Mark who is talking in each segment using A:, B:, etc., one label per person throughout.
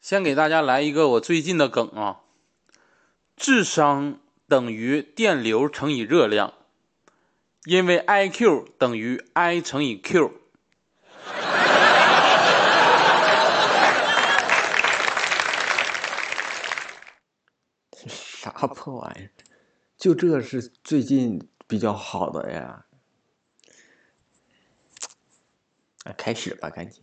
A: 先给大家来一个我最近的梗啊，智商等于电流乘以热量，因为 IQ 等于 I 乘以 Q。
B: 啥破玩意儿？就这是最近比较好的呀。啊，开始吧，赶紧。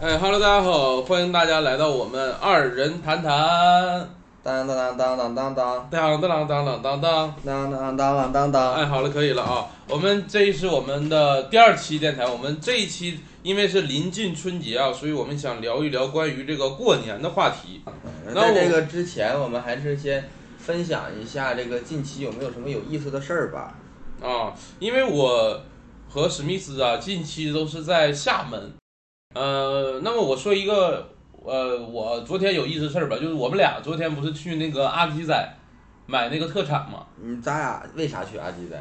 A: 哎哈喽，大家好，欢迎大家来到我们二人谈谈。
B: 当当当当当当
A: 当当当当当当，
B: 当当当当当。
A: 哎，好了，可以了啊。我们这是我们的第二期电台，我们这一期因为是临近春节啊，所以我们想聊一聊关于这个过年的话题。那
C: 在
A: 我
C: 这个之前，我们还是先分享一下这个近期有没有什么有意思的事儿吧。
A: 啊，因为我和史密斯啊，近期都是在厦门。呃，那么我说一个，呃，我昨天有意思事儿吧，就是我们俩昨天不是去那个阿基仔买那个特产嘛？
C: 嗯，咱俩为啥去阿基仔？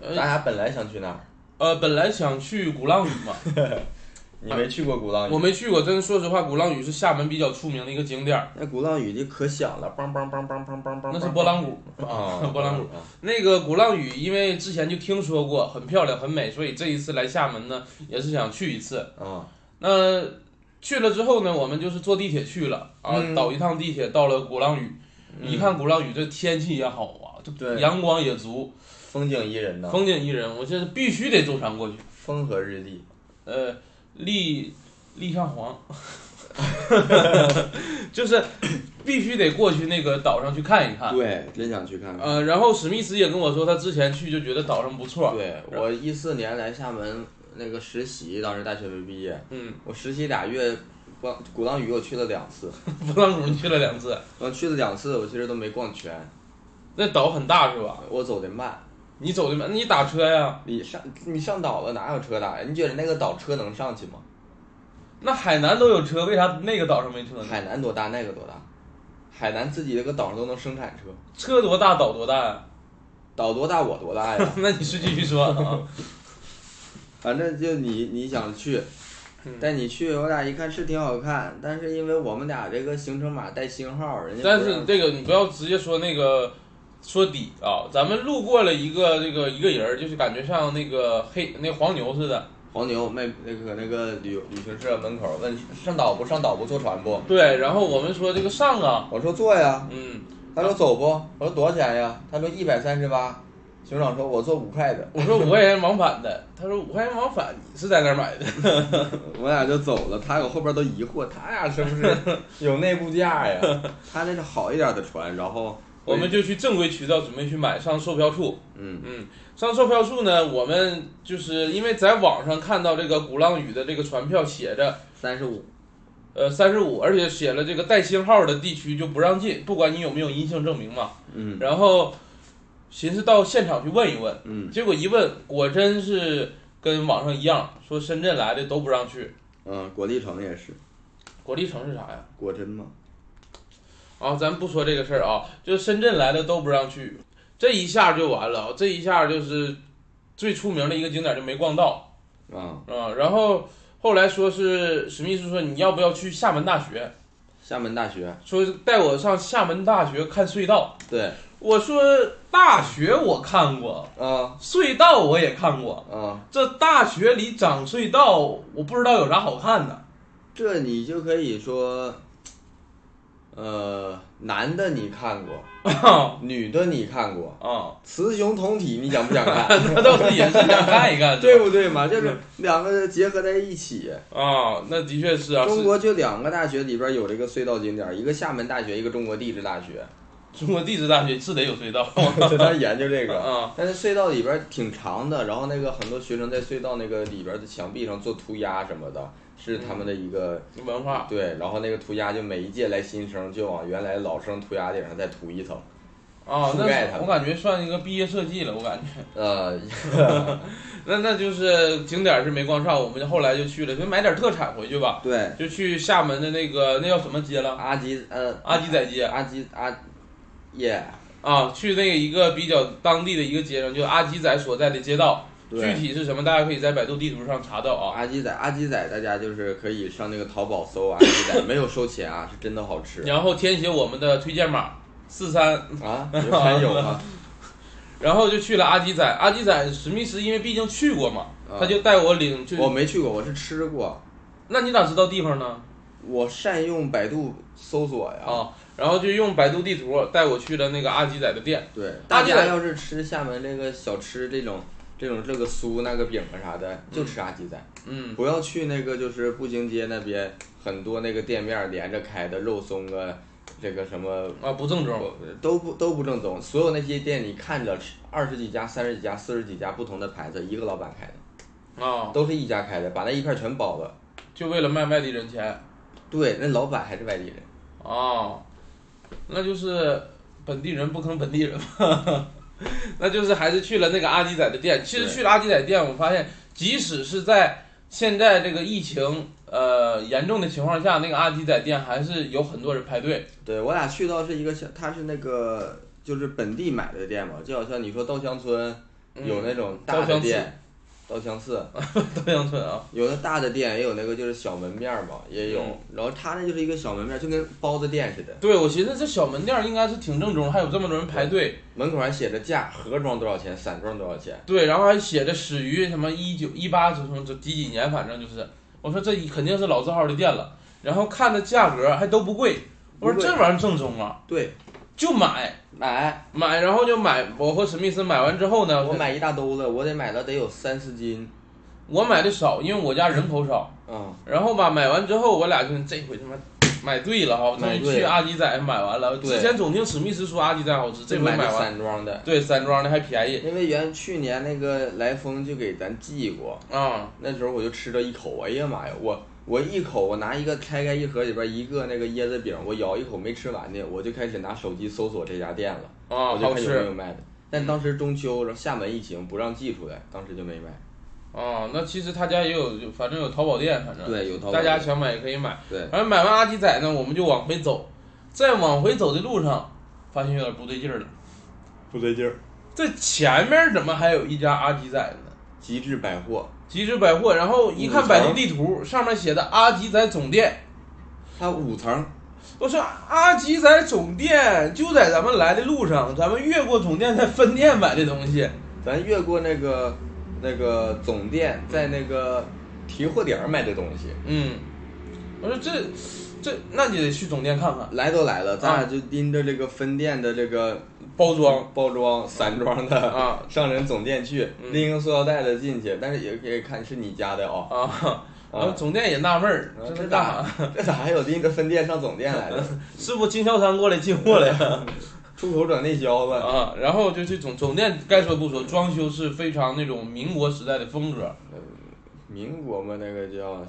C: 咱
A: 呃，
C: 俩本来想去那儿，
A: 呃，本来想去鼓浪屿嘛，
C: 你没去过鼓浪屿，
A: 啊我没去过，真说实话，鼓浪屿是厦门比较出名的一个景点儿，
C: 那鼓浪屿的可响了，梆梆梆梆梆梆梆。
A: 那是拨浪鼓，
C: 啊
A: 拨浪鼓。
C: 啊。
A: 那个鼓浪屿，因为之前就听说过，很漂亮，很美，所以这一次来厦门呢，也是想去一次。
C: 啊，
A: 那去了之后呢，我们就是坐地铁去了啊，
C: 嗯
A: 倒一趟地铁到了鼓浪屿，
C: 嗯
A: 一看鼓浪屿这天气也好啊，这
C: 对嗯
A: 阳光也足，
C: 风景宜人呐，
A: 风景宜人，我这是必须得舟山过去。
C: 风和日丽。
A: 呃，立立上 皇， 就是必须得过去那个岛上去看一看。
C: 对，真想去看看。
A: 啊呃，然后史密斯也跟我说，他之前去就觉得岛上不错。
C: 对我一四年来厦门那个实习，当时大学没毕业，
A: 嗯，
C: 我实习俩月，鼓浪鼓浪屿我去了两次，
A: 鼓浪屿去了两次，
C: 我去了两次，我其实都没逛全，
A: 那岛很大是吧？
C: 我走的慢。
A: 你走的慢，你打车呀？
C: 你上你上岛了，哪有车打呀？你觉得那个岛车能上去吗？
A: 那海南都有车，为啥那个岛上没车呢？
C: 海南多大，那个多大？海南自己那个岛上都能生产车，
A: 车多大岛多大 呀、？
C: 岛多大我多大 呀
A: 那你是继续说啊？
C: 反正就你你想去
A: 嗯，
C: 带你去，我俩一看是挺好看，但是因为我们俩这个行程码带星号，人家
A: 但
C: 不
A: 是
C: 让
A: 这个你不要直接说那个说底啊，咱们路过了一个这个一个人儿，就是感觉像那个黑那黄牛似的，
C: 黄牛卖那个那个旅游旅行社门口问上岛不上岛不坐船不？
A: 对。然后我们说这个上啊，
C: 我说坐呀，
A: 嗯，
C: 他说走不？我说多少钱呀？他说一百三十八。熊掌说：“我坐五块的。
A: 我说五块钱往返的， 他说五块钱往返，你是在哪儿买的？
C: 我俩就走了，他搁后边都疑惑，他俩是不是有内部价呀？他那是好一点的船，然后
A: 我们就去正规渠道准备去买上售票处，
C: 嗯
A: 嗯，上售票处呢，我们就是因为在网上看到这个鼓浪屿的这个船票写着
C: 三十五
A: 呃，三十五，而且写了这个带星号的地区就不让进，不管你有没有阴性证明嘛。
C: 嗯
A: 然后寻思到现场去问一问，
C: 嗯
A: 结果一问，果真是跟网上一样，说深圳来的都不让去。
C: 嗯，果粒橙也是
A: 国立城是啥呀？
C: 果真吗？
A: 啊，咱不说这个事儿啊，就深圳来的都不让去，这一下就完了，这一下就是最出名的一个景点就没逛到
C: 啊，
A: 啊。然后后来说是史密斯说你要不要去厦门大学，
C: 厦门大学
A: 说带我上厦门大学看隧道。
C: 对
A: 我说大学我看过，
C: 啊
A: 隧道我也看过。
C: 啊，
A: 这大学里长隧道，我不知道有啥好看的。
C: 这你就可以说，呃，男的你看过，
A: 啊
C: 女的你看过，
A: 啊，
C: 雌雄同体你想不想看？
A: 那倒是也是想看一看，
C: 对不对嘛？就是两个结合在一起。
A: 啊，那的确是啊，
C: 中
A: 是
C: 国就两个大学里边有这个隧道景点，一个厦门大学，一个中国地质大学，
A: 中国地质大学是得有隧道
C: 就他研究 这个。
A: 啊，
C: 但是隧道里边挺长的，然后那个很多学生在隧道那个里边的墙壁上做涂鸦什么的，是他们的一个
A: 文化
C: 对。然后那个涂鸦就每一届来新生就往原来老生涂鸦顶上再涂一层，
A: 啊，
C: 覆
A: 那
C: 盖它
A: 是我感觉算一个毕业设计了，我感觉。
C: 呃，
A: 那那就是景点是没逛上，我们就后来就去了，就买点特产回去吧，
C: 对，
A: 就去厦门的那个那叫什么街了？
C: 阿吉呃
A: 阿吉仔街
C: 阿吉阿耶，
A: 啊，去那个一个比较当地的一个街上，就阿吉仔所在的街道，具
C: 对。
A: 体是什么，大家可以在百度地图上查到啊。
C: 阿吉仔，阿吉仔，大家就是可以上那个淘宝搜阿吉仔，没有收钱啊，是真的好吃
A: 然后填写我们的推荐码四三
C: 啊，有还有吗？
A: 然后就去了阿吉仔，阿吉仔史密斯，因为毕竟去过嘛，
C: 啊
A: 他就带我领去。
C: 我没去过，我是吃过，
A: 那你咋知道地方呢？
C: 我善用百度搜索呀。
A: 啊，然后就用百度地图带我去了那个阿吉仔的店。
C: 对，
A: 阿
C: 大
A: 吉仔
C: 家要是吃厦门这个小吃这种这种这个酥那个饼啊啥的，就吃阿吉仔，
A: 嗯，
C: 不要去那个就是步行街那边很多那个店面连着开的肉松啊，这个什么
A: 啊，不正宗。
C: 我都不都不正宗，所有那些店你看着二十几家、三十几家、四十几家不同的牌子，一个老板开的，
A: 啊，
C: 都是一家开的，把那一块全包了。
A: 就为了卖外地人钱
C: 对，那老板还是外地人，
A: 啊，那就是本地人不坑本地人嘛，那就是还是去了那个阿吉仔的店。其实
C: 对
A: 去了阿吉仔店，我发现即使是在现在这个疫情呃严重的情况下，那个阿吉仔店还是有很多人排队。
C: 对我俩去到是一个小，他是那个就是本地买的店嘛，就好像你说稻香村
A: 嗯
C: 有那种
A: 稻
C: 大的
A: 香寺啊
C: 店，稻香寺
A: 稻香村啊，
C: 有那大的店，也有那个就是小门面嘛，也有。
A: 嗯
C: 然后他那就是一个小门面，就跟包子店似的，
A: 对我寻思这小门店儿应该是挺正宗，还有这么多人排队，
C: 门口还写着价，盒装多少钱，散装多少钱。
A: 对，然后还写着始于什么一九一八什么这几几年，反正就是，我说这肯定是老字号的店了，然后看的价格还都不贵，我说
C: 不贵
A: 这玩意儿正宗啊，
C: 对，
A: 就买
C: 买，
A: 买，然后就买，我和史密斯买完之后呢，
C: 我买一大兜子，我得买了得有三四斤。
A: 我买的少，因为我家人口少，
C: 嗯，
A: 然后吧买完之后，我俩就这回他妈。买对了哈，终
C: 买
A: 于
C: 对
A: 去
C: 了
A: 阿吉仔买完了。
C: 对
A: 之前总听史密斯说阿吉仔好吃，这
C: 这
A: 回
C: 买
A: 买
C: 的
A: 完，
C: 散装的，
A: 对散装的还便宜
C: 因为原去年那个来风就给咱寄过，
A: 啊、
C: 那时候我就吃着一口，哎呀妈呀，我我一口我拿一个拆开一盒里边一个那个椰子饼，我咬一口没吃完呢，我就开始拿手机搜索这家店了，
A: 啊，
C: 我就
A: 好
C: 看有没有
A: 吃
C: 卖的。但当时中秋，然后厦门疫情不让寄出来，当时就没卖。
A: 啊。那其实他家也有，有反正有淘宝店，反正
C: 对，有淘宝。
A: 大家想买也可以买。
C: 对，
A: 反正买完阿吉仔呢，我们就往回走，在往回走的路上，发现有点不对劲儿了。
C: 不对劲儿。
A: 这前面怎么还有一家阿吉仔呢？
C: 极致百货，
A: 极致百货，然后一看
C: 五层
A: 百度地图，上面写的阿吉仔总店。
C: 它五层，
A: 我说阿吉仔总店就在咱们来的路上，咱们越过总店在分店买的东西。
C: 咱越过那个那个总店，在那个提货点儿买的东西。
A: 嗯，我说这这，那你得去总店看看
C: 来都来了，咱俩就拎着这个分店的这个
A: 包装。
C: 包装散装的
A: 啊
C: 上人总店去，
A: 嗯
C: 拎个塑料袋子进去，但是也可以看是你家的哦。
A: 啊，然后
C: 啊，
A: 总店也纳闷儿，
C: 啊
A: 这
C: 这
A: 是干
C: 咋
A: 啥？
C: 这咋还有拎着分店上总店 来的？
A: 是不经销商过来进货了呀？
C: 出口转内销吧。
A: 啊，然后就去总总店，该说不说，装修是非常那种民国时代的风格，
C: 民国嘛，那个叫，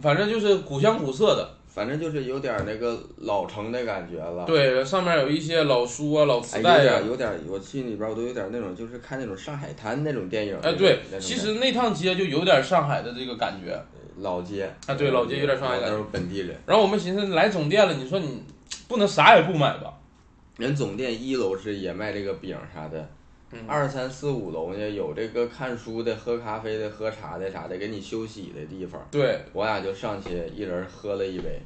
A: 反正就是古香古色的。
C: 反正就是有点那个老城的感觉了。
A: 对，上面有一些老书啊、老磁
C: 哎，有
A: 带呀
C: 点、有点，我心里边我都有点那种，就是看那种上海滩那种电影。
A: 哎，
C: 那种
A: 对
C: 那，种
A: 其
C: 感
A: 实那趟街就有点上海的这个感觉。
C: 老街
A: 啊对老街有点上海感觉
C: 都是本地人。
A: 然后我们寻思来总店了，你说你不能啥也不买吧？
C: 人总店一楼是也卖这个饼啥的，
A: 嗯
C: 二三四五楼呢有这个看书的、喝咖啡的、喝茶的啥的，给你休息的地方。
A: 对，
C: 我俩就上去，一人喝了一杯。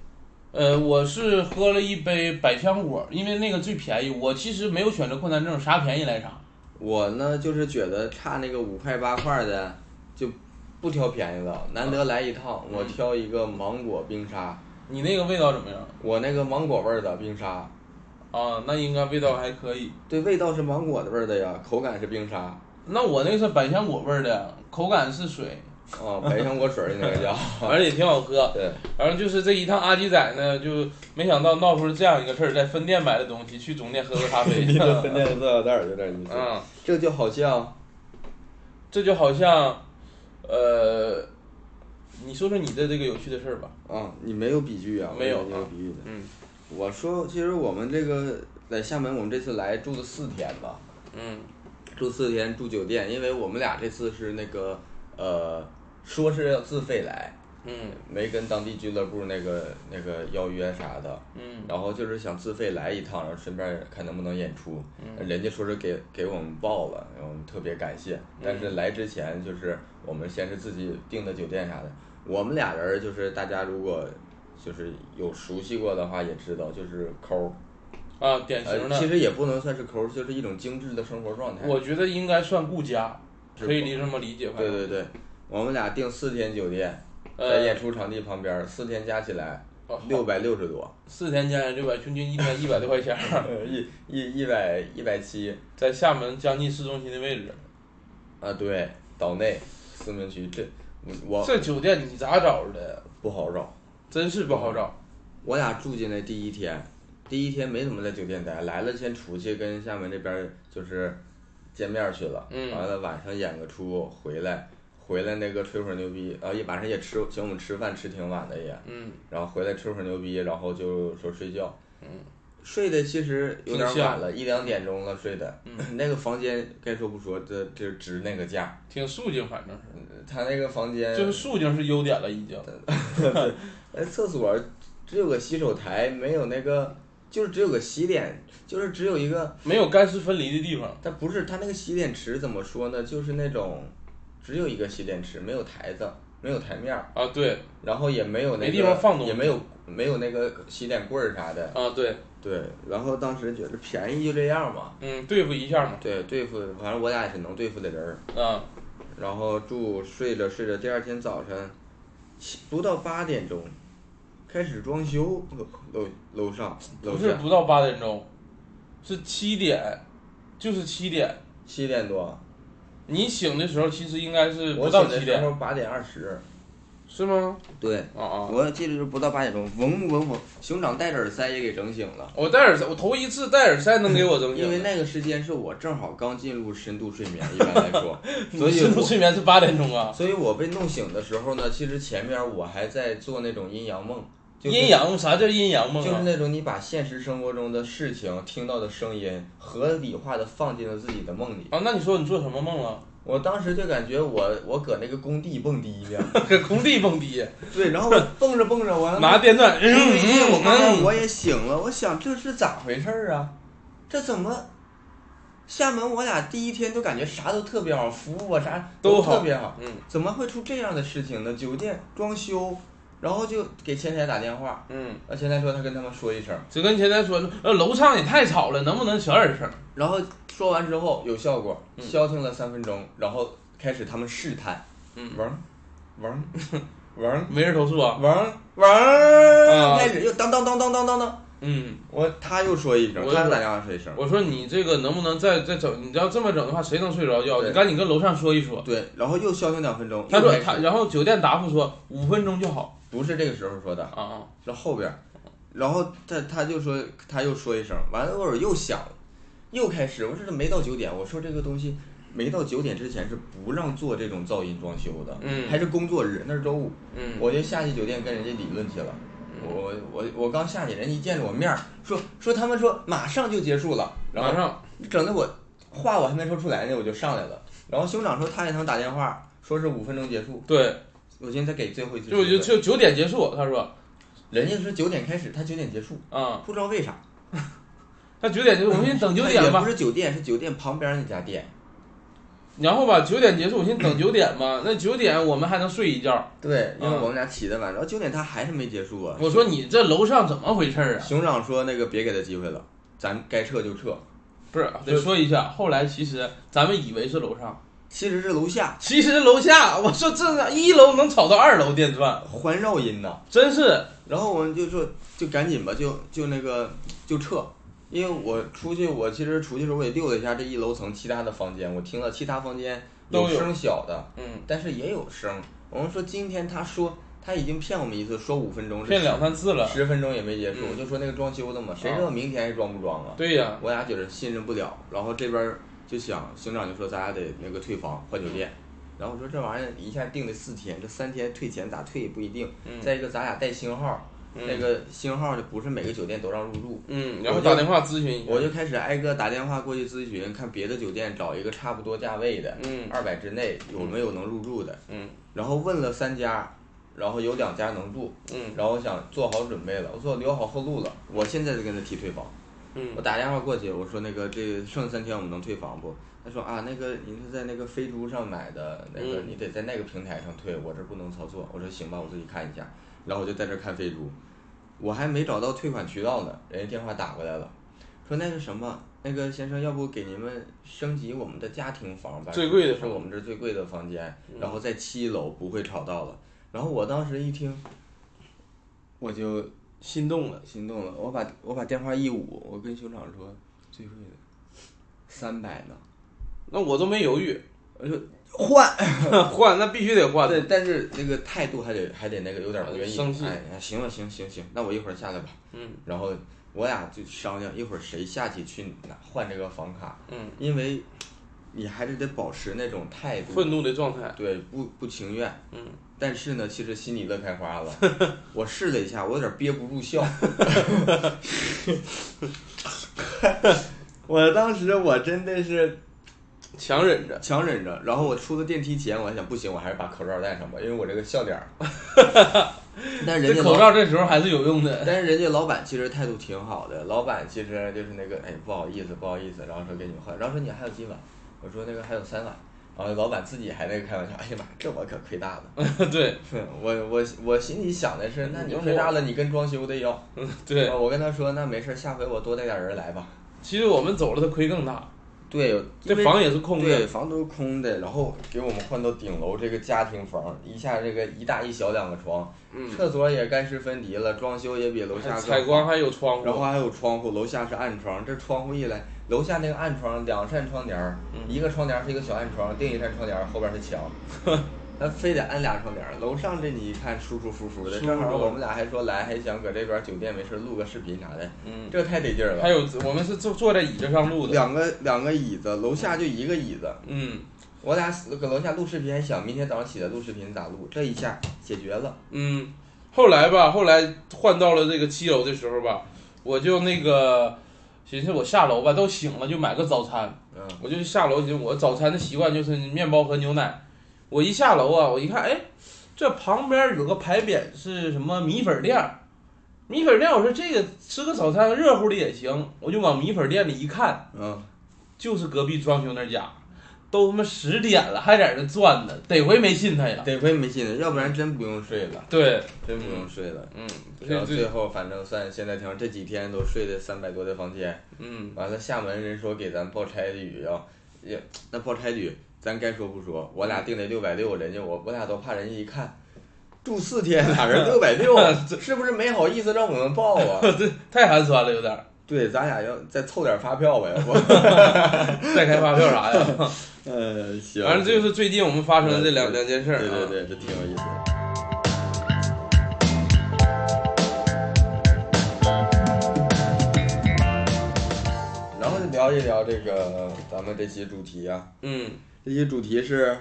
A: 呃，我是喝了一杯百香果，因为那个最便宜。我其实没有选择困难症，啥便宜来啥。
C: 我呢就是觉得差那个五块八块的就不挑便宜了，难得来一趟，
A: 嗯
C: 我挑一个芒果冰沙，
A: 你那个味道怎么样？
C: 我那个芒果味儿的冰沙，
A: 啊，那应该味道还可以。
C: 对，味道是芒果的味儿的呀，口感是冰沙。
A: 那我那是百香果味儿的，口感是水，
C: 啊，百香果水儿的那个叫。
A: 而且挺好喝。
C: 对，
A: 然后就是这一趟阿基仔呢，就没想到闹出了这样一个事儿，在分店买的东西，去总店喝个咖啡。
C: 你这分辨的塑料袋儿有点意思。
A: 嗯，
C: 这就好像
A: 这就好像，呃，你说说你的这个有趣的事儿吧。
C: 啊，你没有比喻啊，
A: 没有
C: 我以为你有
A: 啊
C: 比喻的。
A: 嗯
C: 我说，其实我们这个在厦门，我们这次来住了四天吧，
A: 嗯
C: 住四天住酒店，因为我们俩这次是那个呃，说是要自费来，
A: 嗯
C: 没跟当地俱乐部那个那个邀约啥的，
A: 嗯
C: 然后就是想自费来一趟，然后顺便看能不能演出。
A: 嗯
C: 人家说是给给我们报了，然后我们特别感谢。
A: 嗯
C: 但是来之前就是我们先是自己订的酒店啥的，我们俩人就是大家如果就是有熟悉过的话也知道，就是抠儿，
A: 啊，典型
C: 呃，
A: 的，
C: 其实也不能算是抠儿，就是一种精致的生活状态。
A: 我觉得应该算顾家，
C: 呃是
A: 可以理这么理解吧？
C: 对对哎对，我们俩订四天酒店，在
A: 呃
C: 演，出场地旁边儿，四天加起来
A: 哦好
C: 六百六十 多。
A: 四天加起来六百，平均一天一百多块钱儿，
C: 呃一一一百一百七
A: 在厦门将近市中心的位置。
C: 啊，对，岛内四门区这我
A: 这酒店你咋找着的？
C: 不好找。
A: 真是不好找。
C: 我俩住进来第一天，第一天没怎么在酒店待，来了先出去跟厦门这边就是见面去了，
A: 嗯
C: 完了晚上演个出回来，回来那个吹会儿牛逼，呃然后一晚上也吃请我们吃饭吃挺晚的也，
A: 嗯，
C: 然后回来吹会儿牛逼，然后就说睡觉，睡的其实有
A: 挺
C: 点
A: 香嗯
C: 晚了，一两点钟了睡的， 那个房间该说不说，这这值那个价。嗯
A: 挺肃静，反正是，
C: 他那个房间
A: 就是肃静是优点了，已经。
C: 哎，厕所只有个洗手台，没有那个，就是只有个洗脸，就是只有一个，
A: 没有干湿分离的地方。
C: 它不是它那个洗脸池怎么说呢？就是那种只有一个洗脸池，没有台子，没有台面儿，
A: 啊，对，
C: 然后也没有那个
A: 没地方放东西
C: 也没有没有那个洗脸棍儿啥的。
A: 啊，对，
C: 对，然后当时觉得便宜就这样嘛，
A: 嗯，对付一下嘛。
C: 对，对付反正我俩也是能对付的人儿。
A: 啊，
C: 然后住睡着睡着，第二天早晨起不到八点钟开始装修，楼楼楼上楼
A: 不是
C: 下
A: 不到八点钟，是七点，就是七点。
C: 七点多，
A: 你醒的时候其实应该是
C: 我
A: 不到
C: 醒的
A: 七
C: 时
A: 点，
C: 候八点二十，
A: 是吗？
C: 对，
A: 啊啊！
C: 我记得是不到八点钟，嗡嗡嗡，熊掌带着耳塞也给整醒了。
A: 我戴耳塞，我头一次戴耳塞能给我整醒。
C: 因为那个时间是我正好刚进入深度睡眠，一般来 说，所以
A: 深度
C: 我
A: 睡眠是八点钟啊。
C: 所以我被弄醒的时候呢，其实前面我还在做那种阴阳梦，就是、
A: 阴阳啥叫阴阳梦
C: 就是
A: 啊？
C: 那种你把现实生活中的事情、听到的声音合理化的放进了自己的梦里。
A: 啊，那你说你做什么梦啊 了？
C: 我当时就感觉我我搁那个工地蹦迪呢，
A: 搁工地蹦迪，
C: 对，然后我蹦着蹦着， 我
A: 拿电钻，嗯
C: 哎
A: 嗯，
C: 我妈呀
A: 嗯
C: 我也醒了，我想这是咋回事儿啊？这怎么？厦门我俩第一天就感觉啥都特别好，服务啊啥
A: 都好
C: 特别好，
A: 嗯
C: 怎么会出这样的事情呢？酒店装修，然后就给前台打电话，
A: 嗯，
C: 呃，前台说他跟他们说一声。
A: 只跟前台说，呃，楼上也太吵了，能不能小点声？
C: 然后说完之后有效果，消停了三分钟，然后开始他们试探，
A: 嗯
C: 嗡 嗡嗡
A: 没人投诉啊？
C: 嗡
A: 啊
C: 嗡，开始又当当当当当当当，
A: 嗯，
C: 我他又说一声，
A: 我
C: 他又打电话说一声，
A: 我说你这个能不能再再整？你要这么整的话，谁能睡着觉？
C: 对
A: 你赶紧跟楼上说一说。
C: 对，然后又消停两分钟，
A: 他
C: 又
A: 说
C: 开始
A: 他，然后酒店答复说五分钟就好
C: 不是这个时候说的，
A: 啊啊，
C: 是后边儿，然后他他就说他又说一声，完了一会儿又响，又开始，我说这没到九点，我说这个东西。没到九点之前是不让做这种噪音装修的，
A: 嗯
C: 还是工作日，那是周五，
A: 嗯，
C: 我就下去酒店跟人家理论去了。我我我刚下去，人一见着我面儿，说说他们说马上就结束了，然
A: 马
C: 后
A: 上
C: 整的我话我还没说出来呢，我就上来了。然后兄长说他给他们打电话，说是五分钟结束，
A: 对，
C: 我寻思再给最后一次机
A: 就
C: 会。
A: 就就九点结束，他说
C: 人家说九点开始，他九点结束，
A: 啊，
C: 不知道为啥。
A: 他九点结束，我寻思等九点
C: 也
A: 吧
C: 不，是酒店，是酒店旁边那家店。
A: 然后吧九点结束，我寻思等九点吧，那九点我们还能睡一觉。
C: 对，因为
A: 啊
C: 我们俩起的晚，然后九点他还是没结束啊。
A: 我说你这楼上怎么回事儿啊？
C: 熊掌说那个别给他机会了，咱该撤就撤。
A: 不是，得说一下，后来其实咱们以为是楼上，
C: 其实是楼下
A: 其实楼下。 我说这一楼能吵到二楼电钻，
C: 环绕音呐。
A: 真是
C: 然后我们就说就赶紧吧，就就那个就撤，因为我出去，我其实出去的时候我也溜达一下这一楼层其他的房间，我听到其他房间
A: 都有
C: 声小的，
A: 嗯，
C: 但是也有声。我们说今天他说他已经骗我们一次，说五分
A: 嗯
C: 钟，
A: 骗两三次了。
C: 十分钟也没结束，
A: 嗯
C: 我就说那个装修的嘛，谁
A: 啊
C: 知道明天还装不装啊？
A: 对呀、
C: 我俩觉得信任不了，然后这边儿就想，省长就说咱俩得那个退房换酒店，然后我说这玩意儿一下定的四天，这三天退钱咋退也不一定，
A: 嗯
C: 再一个咱俩带星号，
A: 嗯
C: 那个星号就不是每个酒店都让入住，
A: 嗯，然后
C: 我就
A: 打电话咨询一下。
C: 我就开始挨个打电话过去咨询，看别的酒店找一个差不多价位的，
A: 嗯
C: 二百之内有没有能入住的，
A: 嗯
C: 然后问了三家，然后有两家能住，
A: 嗯
C: 然后我想做好准备了，我说我留好后路了，我现在就跟他提退房。我
A: 嗯
C: 打电话过去，我说那个这剩三天我们能退房不？他说啊，那个你是在那个飞猪上买的，那个
A: 嗯
C: 你得在那个平台上退，我这不能操作。我说行吧，我自己看一下。然后我就在这看飞猪，我还没找到退款渠道呢，人家电话打过来了，说那个什么，那个先生，要不给你们升级我们的家庭房吧？
A: 最贵的
C: 是
A: 房嗯
C: 我们这最贵的房间，然后在七楼不会吵到了。然后我当时一听，我就
A: 心动了。
C: 心动了，我把我把电话一捂，我跟熊掌说最贵的三百呢，
A: 那我都没犹豫，
C: 我说换。
A: 换那必须得换。
C: 对，但是那个态度还得还得那个有点不愿意，
A: 生气
C: 哎，行了行行行，那我一会儿下来吧。
A: 嗯
C: 然后我俩就商量一会儿谁下去去拿换这个房卡，
A: 嗯，
C: 因为你还是得保持那种态度，
A: 愤怒的状态。
C: 对，不不情愿。
A: 嗯，
C: 但是呢，其实心里乐开花 了。我试了一下，我有点憋不住笑。我当时我真的是
A: 强忍着。
C: 强忍着，然后我出了电梯前，我还想不行，我还是把口罩戴上吧，因为我这个笑脸儿。 但人
A: 这
C: 家
A: 口
C: 老，
A: 罩这时候还是有用的。
C: 但是人家老板其实态度挺好的，老板其实就是那个哎不好意思不好意思，然后说给你们换，然后说你还有几碗，我说那个还有三碗，然后老板自己还那个开玩笑，哎呀妈，这我可亏大了。
A: 对
C: 我我我心里想的是，那你
A: 嗯
C: 亏大了，你跟装修的要。
A: 对，
C: 我跟他说，那没事，下回我多带点人来吧。
A: 其实我们走了，他亏更大。
C: 对，
A: 这房也是空
C: 对
A: 的。
C: 房都是空的，然后给我们换到顶楼这个家庭房，一下这个一大一小两个床，
A: 嗯，
C: 厕所也干湿分离了，装修也比楼下更好
A: 采光，还有窗户。
C: 然后还有窗户，楼下是暗窗，这窗户一来，楼下那个暗窗两扇窗帘儿，
A: 嗯
C: 一个窗帘是一个小暗窗，另一扇窗帘儿后边是墙。 他非得安俩窗帘儿，楼上这你一看舒舒服服的，
A: 舒服
C: 正好我们俩还说来，还想搁这边酒店没事录个视频啥的，
A: 嗯，
C: 这太得劲儿
A: 还
C: 了。
A: 有我们是坐坐在椅子上录的。
C: 两个两个椅子，楼下就一个椅子，
A: 嗯
C: 我俩搁楼下录视频，还想明天早上起来录视频咋录，这一下解决了。
A: 嗯，后来吧，后来换到了这个七楼的时候吧，我就那个寻思我下楼吧，都醒了就买个早餐。
C: 嗯
A: 我就下楼，就我早餐的习惯就是面包和牛奶。我一下楼啊，我一看，哎，这旁边有个牌匾是什么米粉店儿，米粉店，我说这个吃个早餐热乎的也行，我就往米粉店里一看，
C: 嗯，
A: 就是隔壁庄兄那家，都他妈十点了还在那转呢，得亏没信他呀。
C: 得亏没信他，要不然真不用睡了，
A: 对，
C: 真不用睡了。
A: 嗯，
C: 然
A: 这
C: 后最
A: 这，
C: 后反正算现在听这几天都睡的三百多的房间，
A: 嗯，
C: 完了厦门人说给咱报差旅啊，也那报差旅咱该说不说，我俩定的六百六，人家我我俩都怕人家一看。住四天，俩人六百 六，是不是没好意思让我们报啊？
A: 这太寒酸了，有点儿。
C: 对，咱俩要再凑点发票吧，要不？
A: 再开发票啥呀？
C: 呃，行
A: 反正这就是最近我们发生的这两两件事儿、啊。
C: 对对对，这挺有意思的。然后就聊一聊这个咱们这期主题啊，
A: 嗯。
C: 这期主题是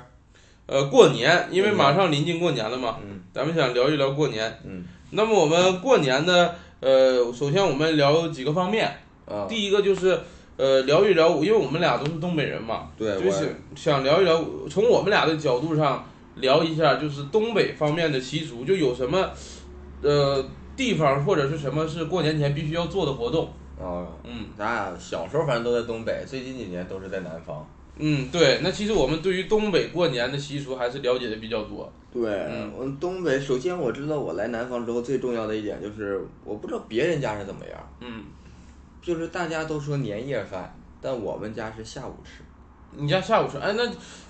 A: 呃，过年，因为马上临近过年了嘛，
C: 嗯
A: 咱们想聊一聊过年。
C: 嗯
A: 那么我们过年呢，呃，首先我们聊几个方面，
C: 啊，
A: 第一个就是呃，聊一聊，因为我们俩都是东北人嘛，
C: 对
A: 就
C: 我
A: 是想聊一聊，从我们俩的角度上聊一下，就是东北方面的习俗，就有什么呃地方或者是什么是过年前必须要做的活动。
C: 啊，
A: 嗯
C: 咱俩小时候反正都在东北，最近几年都是在南方。
A: 嗯，对，那其实我们对于东北过年的习俗还是了解的比较多。
C: 对，
A: 嗯
C: 我东北，首先我知道我来南方之后最重要的一点就是，我不知道别人家是怎么样，
A: 嗯，
C: 就是大家都说年夜饭，但我们家是下午吃。
A: 你家下午吃？哎，那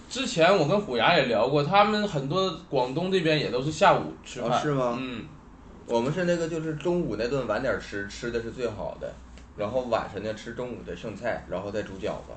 A: 之前我跟虎牙也聊过，他们很多广东这边也都是下午吃饭，
C: 哦是吗
A: 嗯，
C: 我们是那个，就是中午那顿晚点吃，吃的是最好的。然后晚上呢吃中午的剩菜，然后再煮饺子。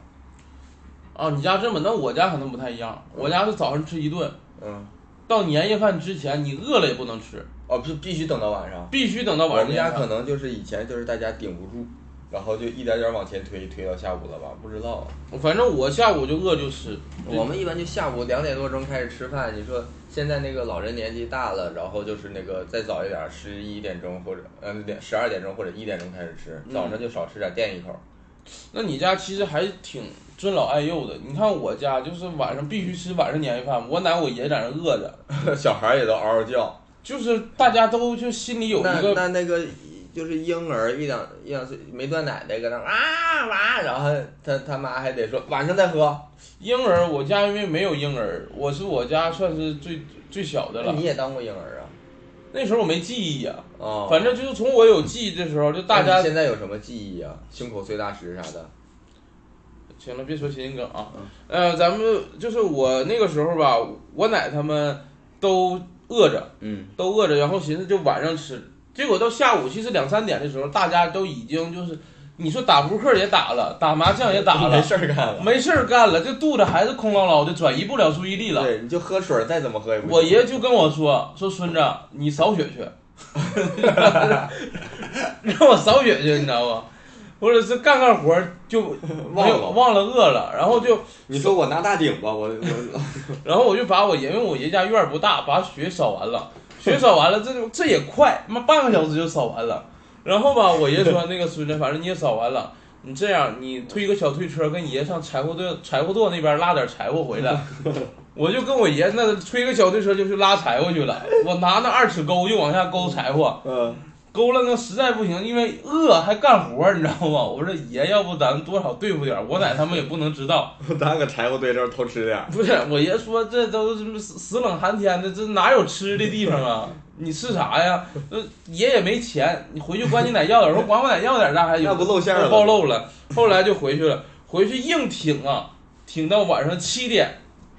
A: 啊，你家这么，那我家可能不太一样，我家是早上吃一顿，
C: 嗯，
A: 到年夜饭之前你饿了也不能吃，
C: 哦，必必须等到晚上。
A: 必须等到
C: 我
A: 晚
C: 们
A: 上。
C: 家可能就是以前就是大家顶不住，然后就一点点往前推，推到下午了吧？不知道啊。
A: 反正我下午就饿就吃，
C: 我们一般就下午两点多钟开始吃饭。你说现在那个老人年纪大了，然后就是那个再早一点，十一点钟或者嗯点十二点钟或者一点钟开始吃，早上就少吃点垫一口。
A: 那你家其实还挺尊老爱幼的。你看我家就是晚上必须吃晚上年夜饭，我奶我爷在那饿着，
C: 小孩儿也都嗷嗷叫。
A: 就是大家都就心里有一
C: 那
A: 个
C: 那那个就是婴儿一两一两岁没断奶的，搁那哇哇，然后他他妈还得说晚上再喝。
A: 婴儿。我家因为没有婴儿，我是我家算是最最小的了
C: 哎你。也当过婴儿啊？
A: 那时候我没记忆呀、
C: 哦，
A: 反正就是从我有记忆的时候，就大
C: 那
A: 家
C: 你现在有什么记忆啊？胸口碎大石啥的？
A: 行了，别说谐音梗啊。
C: 嗯
A: 呃，咱们就是我那个时候吧，我奶他们都饿着，
C: 嗯，
A: 都饿着，然后寻思就晚上吃，结果到下午其实两三点的时候，大家都已经就是，你说打扑克也打了，打麻将也打
C: 没
A: 了，
C: 事儿干了。
A: 没事儿干了，这肚子还是空落落的，转移不了注意力了。
C: 对，你就喝水，再怎么喝也不行。
A: 我爷就跟我说说孙子，你扫雪 去，让我扫雪去，你知道吗？或者是干干活儿就没有
C: 忘了
A: 忘了饿了，然后就
C: 你说我拿大顶吧，我我
A: 然后我就把我爷，因为我爷家院儿不大，把雪扫完了，雪扫完了，这就这也快，妈半个小时就扫完了。然后吧，我爷说那个孙子，反正你也扫完了，你这样，你推个小推车，跟爷上柴火垛柴火垛那边拉点柴火回来。我就跟我爷那推个小推车就去拉柴火去了，我拿那二尺钩就往下勾柴火，
C: 嗯，
A: 勾了那实在不行，因为饿还干活儿，你知道吗？我说爷，要不咱们多少对付点儿，我奶他们也不能知道。
C: 咱搁柴火堆这儿偷吃点儿。
A: 不是，我爷说这都是死死冷寒天的，这哪有吃的地方 啊？你吃啥呀？呃，爷也没钱，你回去管你奶要点儿，说管我奶要点儿，那还有
C: 那不露馅儿了吗
A: 暴露了。后来就回去了，回去硬挺啊，挺到晚上七点。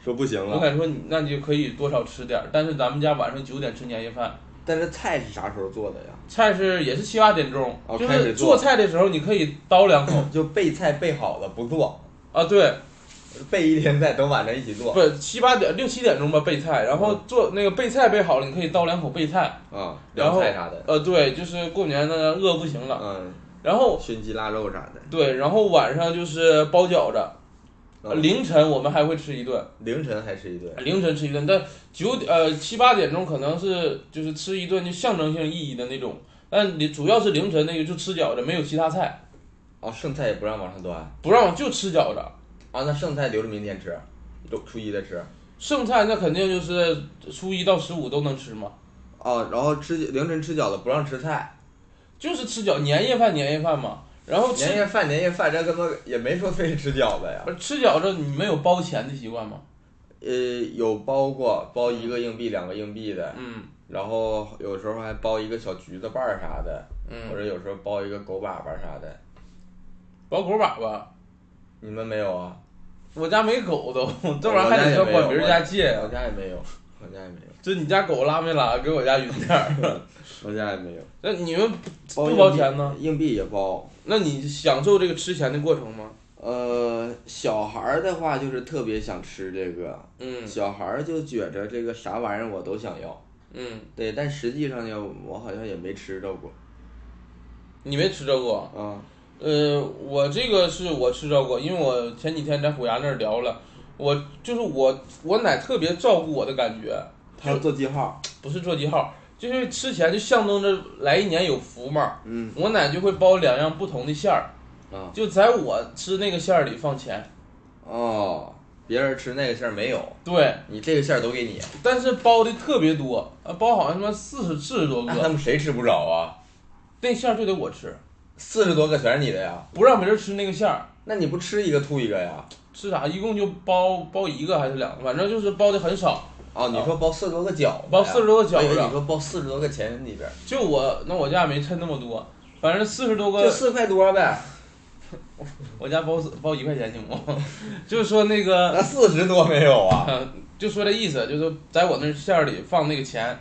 C: 说不行
A: 我
C: 了，
A: 敢说你，那你就可以多少吃点儿，但是咱们家晚上九点吃年夜饭，
C: 但是菜是啥时候做的呀？
A: 菜是也是七八点钟，
C: 哦
A: 就
C: 开
A: 是
C: 始做
A: 做菜的时候你可以叨两口
C: 就备菜备好了不做，
A: 啊，对，
C: 备一天菜，等晚上一起做。
A: 不七八点六七点钟吧备菜，然
C: 哦
A: 后做那个备菜备好了，你可以叨两口备菜。
C: 啊，
A: 然
C: 凉
A: 后
C: 菜啥的，
A: 呃，对，就是过年呢饿不行了，
C: 嗯，
A: 然后
C: 熏鸡腊肉啥的。
A: 对，然后晚上就是包饺子，呃
C: 嗯
A: 凌晨我们还会吃一顿，
C: 凌晨还吃一顿，
A: 凌晨吃一顿，但九点呃七八点钟可能是就是吃一顿就象征性意义的那种，但你主要是凌晨那个就吃饺子，没有其他菜，
C: 哦，剩菜也不让往上端啊，
A: 不让就吃饺子，
C: 那剩菜留着明天吃，周初一再吃。
A: 剩菜那肯定就是初一到十五都能吃嘛，
C: 哦，然后吃凌晨吃饺子不让吃菜，
A: 就是吃饺年夜饭年夜饭嘛，然后吃
C: 年夜饭年夜饭这他妈也没说非得吃饺子呀。
A: 不是吃饺子你没有包钱的习惯吗？
C: 呃，有包过包一个硬币两个硬币的，
A: 嗯
C: 然后有时候还包一个小橘子瓣儿啥的，
A: 嗯，
C: 或者有时候包一个狗粑粑啥的。
A: 包狗粑粑。
C: 你们没有啊？
A: 我家没狗 都，这玩意儿还得
C: 我
A: 要管
C: 家也没有
A: 别人家借呀、
C: 我家也没有，我家也没有，
A: 就你家狗拉没拉，给我家匀点儿。
C: 我家也没有。
A: 那你们不
C: 硬
A: 包
C: 币
A: 钱呢？？
C: 硬币也包。
A: 那你享受这个吃钱的过程吗？
C: 呃，小孩儿的话就是特别想吃这个，
A: 嗯
C: 小孩儿就觉着这个啥玩意儿我都想要。
A: 嗯，
C: 对，但实际上呢，我好像也没吃着过。
A: 你没吃着过？
C: 啊，
A: 呃，我这个是我吃着过，因为我前几天在虎牙那儿聊了，我就是我我奶特别照顾我的感觉，
C: 他做记号。
A: 不是做记号，就是吃钱就象征着来一年有福嘛。
C: 嗯
A: 我奶就会包两样不同的馅儿，
C: 啊
A: 就在我吃那个馅儿里放钱。
C: 哦，别人吃那个馅儿没有，
A: 对，
C: 你这个馅儿都给你，
A: 但是包的特别多，啊，包好像他妈四十四十多
C: 那他
A: 个，
C: 们谁吃不着啊？
A: 那馅儿就得我吃，
C: 四十多个全是你的呀？
A: 不让别人吃那个馅儿，
C: 那你不吃一个吐一个呀？
A: 吃啥？一共就包包一个还是两个，反正就是包的很少。
C: 哦，你说包四十多个饺子呀？
A: 包40多个饺子
C: 我以为你说包四十多个钱里边儿，
A: 就我那我家没趁那么多，反正四十多
C: 就
A: 个，
C: 四块多呗。
A: 我家包包一块钱行不？ 就是说那个，
C: 那四十多没有啊？
A: 呃，就说这意思，就是在我那馅儿里放那个钱，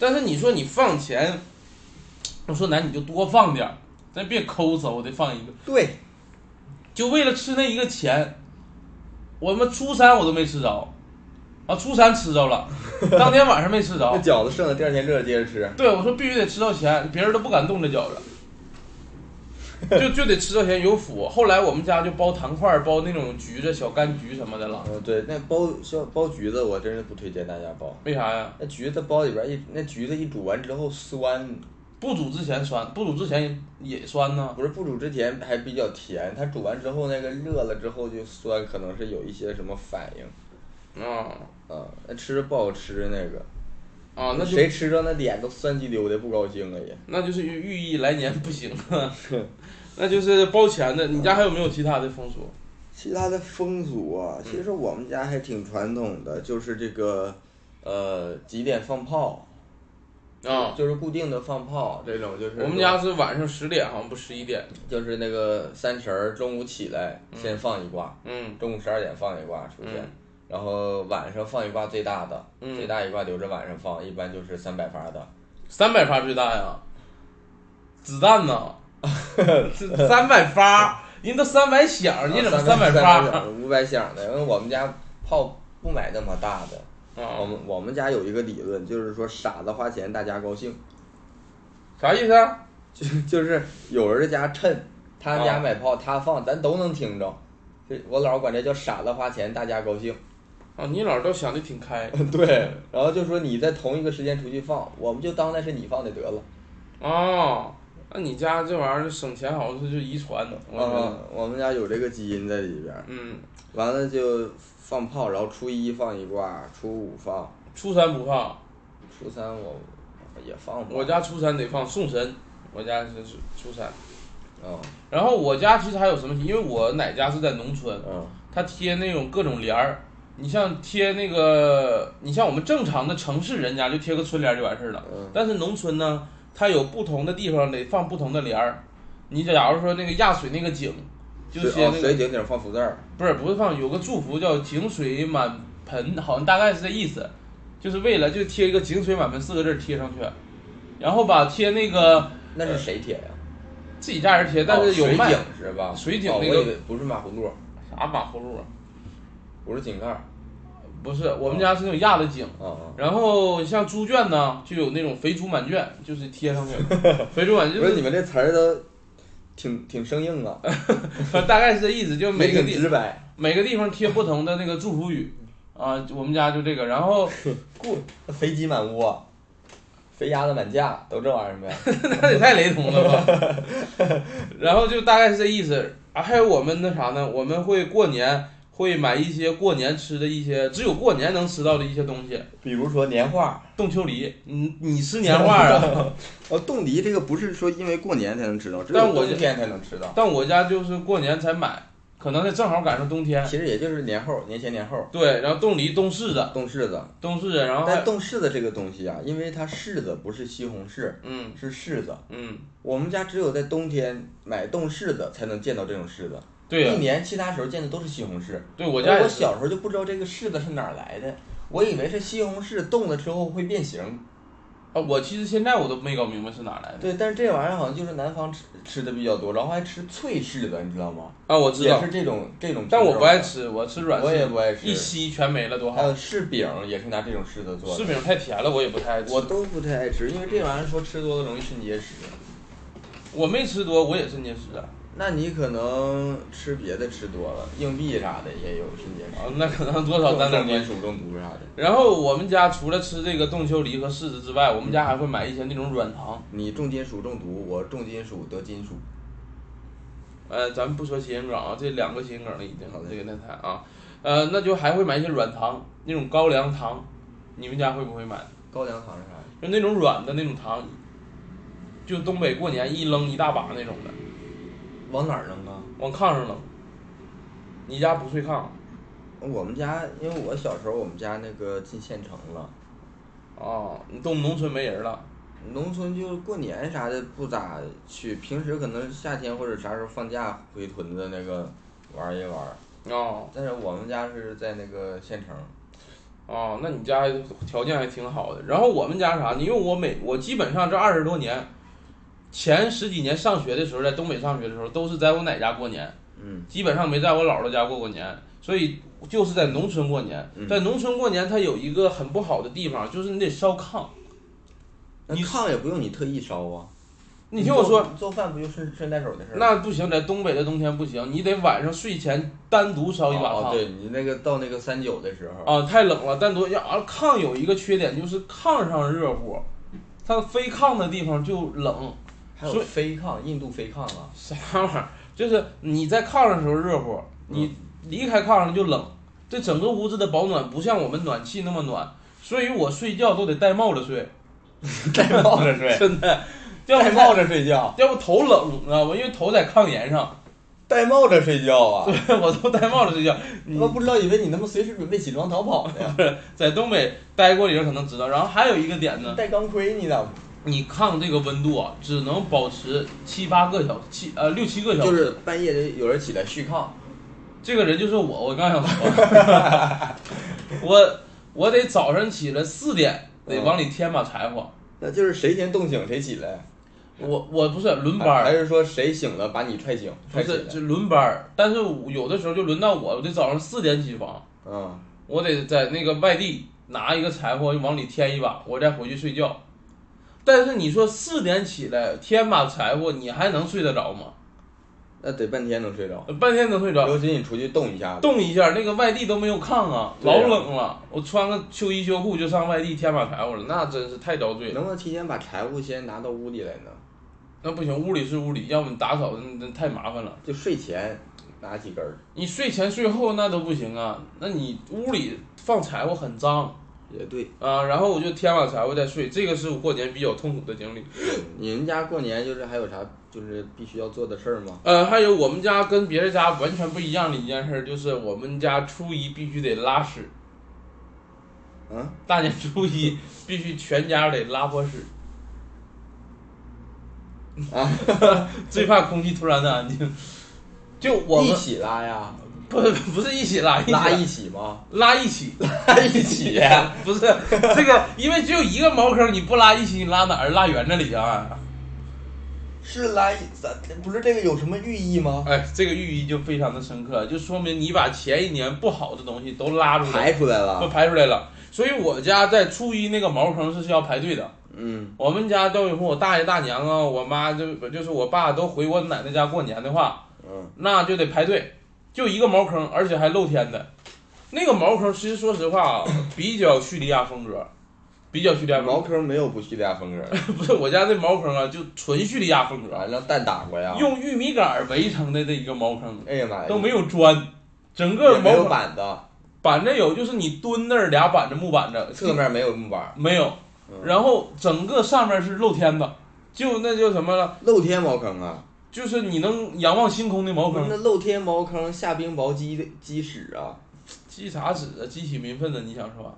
A: 但是你说你放钱，我说奶你就多放点儿，咱别抠搜，我得放一个，
C: 对，
A: 就为了吃那一个钱，我们初三我都没吃着，啊，初三吃着 了，当天晚上没吃着
C: 那，饺子剩的第二天热接着吃，
A: 对，我说必须得吃到钱，别人都不敢动这饺子，就就得吃到钱有福。后来我们家就包糖块儿，包那种橘子、小柑橘什么的了，
C: 嗯，对，那包小包橘子我真是不推荐大家包，
A: 为啥呀？
C: 那橘子包里边一那橘子一煮完之后酸，
A: 不煮之前酸，不煮之前也酸呢。
C: 不是不煮之前还比较甜，它煮完之后那个热了之后就酸，可能是有一些什么反应
A: 啊
C: 啊，那吃着不好吃那个，嗯
A: 啊，那就
C: 谁吃着那脸都酸叽溜的，不高兴了啊也。
A: 那就是寓寓意来年不行 了，那就是包钱的。你家还有没有其他的风俗？
C: 其他的风俗啊，其实我们家还挺传统的，就是这个，呃，几点放炮，
A: 啊、
C: 就是固定的放炮这种，就是
A: 我们家是晚上十点，好像不十一点。
C: 就是那个三十儿中午起来先放一挂，
A: 嗯
C: 中午十二点放一挂出现，
A: 嗯
C: 然后晚上放一挂最大的，
A: 嗯啊
C: 最大一挂留着晚上放，一般就是三百发的，
A: 三百发最大呀，子弹呢？三百发，人都三百响，你怎么
C: 啊三
A: 百发？
C: 五百响的，因为我们家炮不买那么大的，我
A: 啊，
C: 们我们家有一个理论，就是说傻子花钱，大家高兴。
A: 啥意思啊？
C: 就就是有人家趁他
A: 啊
C: 家买炮，他放，咱都能听着。这我姥儿管这叫傻子花钱，大家 高兴。
A: 啊，你老倒想的挺开
C: 对，然后就说你在同一个时间出去放，我们就当那是你放的得了。
A: 哦。那你家这玩意儿省钱好像是就遗传的，我觉得。
C: 啊，我们家有这个基因在里边儿。
A: 嗯，
C: 完了就放炮，然后初一放一挂，初五放，
A: 初三不放，
C: 初三我也放吧。
A: 我家初三得放送神，我家是是初三。
C: 嗯
A: 然后我家其实还有什么？因为我奶家是在农村，
C: 嗯
A: 它贴那种各种帘儿。你像贴那个，你像我们正常的城市人家就贴个春联儿就完事儿了。
C: 嗯
A: 但是农村呢，它有不同的地方得放不同的帘儿。你假如说那个压水那个井，就
C: 水
A: 贴
C: 哦
A: 那
C: 水
A: 个
C: 井顶放福字儿，
A: 不是不是放有个祝福叫“井水满盆”，好像大概是这意思，就是为了就贴一个“井水满盆”四个字儿贴上去，然后吧贴那个
C: 那是谁贴呀？
A: 自己家人贴，呃但
C: 哦
A: 是有
C: 水
A: 卖、
C: 井是吧？
A: 水井
C: 哦
A: 那
C: 我
A: 个
C: 以为不是马葫芦，
A: 啥马葫芦啊？
C: 不是井盖儿。
A: 不是，我们家是那种压的井。
C: 啊啊！
A: 然后像猪圈呢，就有那种肥猪满圈，就是贴上去， 肥猪满圈
C: 不是你
A: 就是
C: 们这词儿都挺挺生 硬啊，
A: 呃大概是这意思，就每个
C: 挺
A: 地
C: 直白。
A: 每个地方贴不同的那个祝福语啊。我们家就这个，然后
C: 肥鸡满屋，肥鸭子满架，都这玩意儿 呗。
A: 那也太雷同了吧。 然后就大概是这意思啊。还有我们那啥呢？我们会过年会买一些过年吃的一些，只有过年能吃到的一些东西。
C: 比如说年画，
A: 冻秋梨，你你吃年画 啊？
C: 哦，冻梨这个不是说因为过年才能吃到，只
A: 但
C: 有
A: 我
C: 冬天才能吃到。
A: 但我家就是过年才买，可能是正好赶上冬天。
C: 其实也就是年后，年前年后
A: 对，然后冻梨、冻柿子、
C: 冻柿子。
A: 冻柿子，然后还
C: 但冻柿子这个东西啊，因为它柿子不是西红柿，
A: 嗯
C: 是柿子。
A: 嗯，
C: 我们家只有在冬天买冻柿子才能见到这种柿子，
A: 对呀
C: 一，年其他时候见的都是西红柿。
A: 对我家也
C: 我
A: 是
C: 小时候就不知道这个柿子是哪儿来的，我以为是西红柿冻了之后会变形。
A: 啊，我其实现在我都没搞明白是哪来的
C: 对，但是这玩意儿好像就是南方吃吃的比较多，然后还吃脆柿子，你知道吗？
A: 啊，我知道
C: 也，是这种这种，
A: 但我不爱，吃，我吃软柿，
C: 我也不爱吃
A: 一吸全没了，多
C: 还
A: 好
C: 有。柿饼也是拿这种柿子做
A: 柿
C: 的，
A: 饼太甜了，我也不太爱吃。
C: 我都不太爱吃，因为这玩意儿说吃多了容易肾结石。
A: 我没吃多，我也是结石啊，
C: 那你可能吃别的吃多了，硬币啥的也有肾结石，
A: 啊那可能多少沾点关
C: 重金
A: 系。
C: 属中毒啥的。
A: 然后我们家除了吃这个冻秋梨和柿子之外，我们家还会买一些那种软糖。
C: 你重金属中毒，我重金属得金属。
A: 呃，咱们不说谐音梗啊，这两个谐音梗了已经
C: 好，嘞
A: 这个那啥啊，呃，那就还会买一些软糖，那种高粱糖，你们家会不会买？
C: 高粱糖是啥呀？
A: 就那种软的那种糖，就东北过年一扔一大把那种的，
C: 往哪儿扔啊？
A: 往炕上扔。你家不睡炕啊
C: 我们家，因为我小时候我们家那个进县城了，？
A: 哦你动农村没人了，
C: 农村就过年啥的不咋去，平时可能夏天或者啥时候放假回屯子那个玩一玩。
A: 哦
C: 但是我们家是在那个县城，
A: 哦，那你家条件还挺好的。然后我们家啥呢？因为我每我基本上这二十多年，前十几年上学的时候，在东北上学的时候，都是在我奶家过年，
C: 嗯，
A: 基本上没在我姥姥家过过年，所以就是在农村过年。
C: 嗯
A: 在农村过年，它有一个很不好的地方，就是你得烧炕。
C: 那
A: 你
C: 炕也不用你特意烧啊。
A: 你听我说，
C: 做，做饭不就顺顺带手的事儿吗？
A: 那不行，在东北的冬天不行，你得晚上睡前单独烧一把炕。
C: 哦，对你那个到那个三九的时候，
A: 啊，太冷了，单独要而炕有一个缺点就是炕上热乎，它非炕的地方就冷，
C: 还有
A: 所以
C: 飞炕，印度飞炕啊，
A: 啥玩意儿？就是你在炕上的时候热乎，
C: 嗯
A: 你离开炕上就冷，这整个屋子的保暖不像我们暖气那么暖，所以我睡觉都得戴帽子睡，
C: 戴帽子 睡，
A: 真的，要
C: 戴
A: 不
C: 帽
A: 帽
C: 子睡觉，
A: 要不头冷，你知道吗？因为头在炕沿上，
C: 戴帽子睡觉啊！
A: 我都戴帽子睡觉。
C: 他妈不知道，以为你他妈随时准备起床逃跑呢。
A: 在东北待过的人可能知道，然后还有一个点呢，
C: 戴钢盔你咋不？
A: 你炕这个温度啊，只能保持七八个小时，七呃六七个小时。
C: 就是半夜的有人起来续炕，
A: 这个人就是我，我刚想说， 我我得早上起来四点得往里添把柴火。
C: 那就是谁先冻醒谁起来，
A: 我我不是轮班
C: 还嗯还
A: 儿，
C: 是说谁醒了把你踹醒？
A: 不
C: 踹起
A: 是
C: 来
A: 就轮班儿，但是我有的时候就轮到我，我得早上四点起床，
C: 嗯，
A: 我得在那个外地拿一个柴火往里添一把，我再回去睡觉。但是你说四点起来添把柴火，你还能睡得着吗？
C: 那得半天能睡着，
A: 半天能睡着。
C: 尤其你出去动一下子，
A: 动一下，那个外地都没有炕啊，
C: 对
A: 老
C: 啊
A: 冷了。我穿个秋衣秋裤就上外地添把柴火了，那真是太遭罪了。
C: 能不能提前把柴火先拿到屋里来呢？
A: 那不行，屋里是屋里，要么你打扫那那太麻烦了。
C: 就睡前拿几根儿，
A: 你睡前睡后那都不行啊，那你屋里放柴火很脏
C: 也对。
A: 啊。然后我就添把柴火再睡，这个是我过年比较痛苦的经历。
C: 你们家过年就是还有啥就是必须要做的事儿吗？
A: 呃，还有我们家跟别人家完全不一样的一件事儿，就是我们家初一必须得拉屎，
C: 嗯，
A: 大年初一必须全家得拉泡屎。
C: 啊，
A: 最怕空气突然的安静。就我
C: 一
A: 们
C: 起拉呀，
A: 不不是一起拉，一
C: 拉
A: 起
C: 一起吗？
A: 拉一起，
C: 拉一起，啊
A: 不是这个，因为只有一个茅坑，你不拉一起，你拉哪儿？拉园子里啊？
C: 是拉一，咱不是这个有什么寓意吗？
A: 哎，这个寓意就非常的深刻，就说明你把前一年不好的东西都拉出来，
C: 排出来
A: 都
C: 了，
A: 排出来了。所以我家在初一那个茅坑是需要排队的。
C: 嗯，
A: 我们家都有我大爷大娘啊，我妈就就是我爸都回我奶奶家过年的话，
C: 嗯，
A: 那就得排队，就一个茅坑，而且还露天的。那个茅坑，其实说实话啊，比较叙利亚风格，比较叙利亚
C: 茅
A: 风
C: 坑没有不叙利亚风格的，
A: 格。不是我家那茅坑啊，就纯叙利亚风 格，
C: 完了蛋打过哎呀，
A: 用玉米杆儿围成的这一个茅坑，
C: 哎呀妈呀，
A: 都没有砖，整
C: 也
A: 个
C: 没
A: 茅
C: 有
A: 坑
C: 板子，
A: 板子有，就是你蹲那儿俩板子木板子，
C: 侧面没有木板，
A: 没有，
C: 嗯
A: 然后整个上面是露天的，就那叫什么了，
C: 露天茅坑啊，
A: 就是你能仰望星空的茅坑
C: 那。露天茅坑下冰雹鸡鸡屎啊，
A: 鸡啥屎啊，激起民愤的，你想说？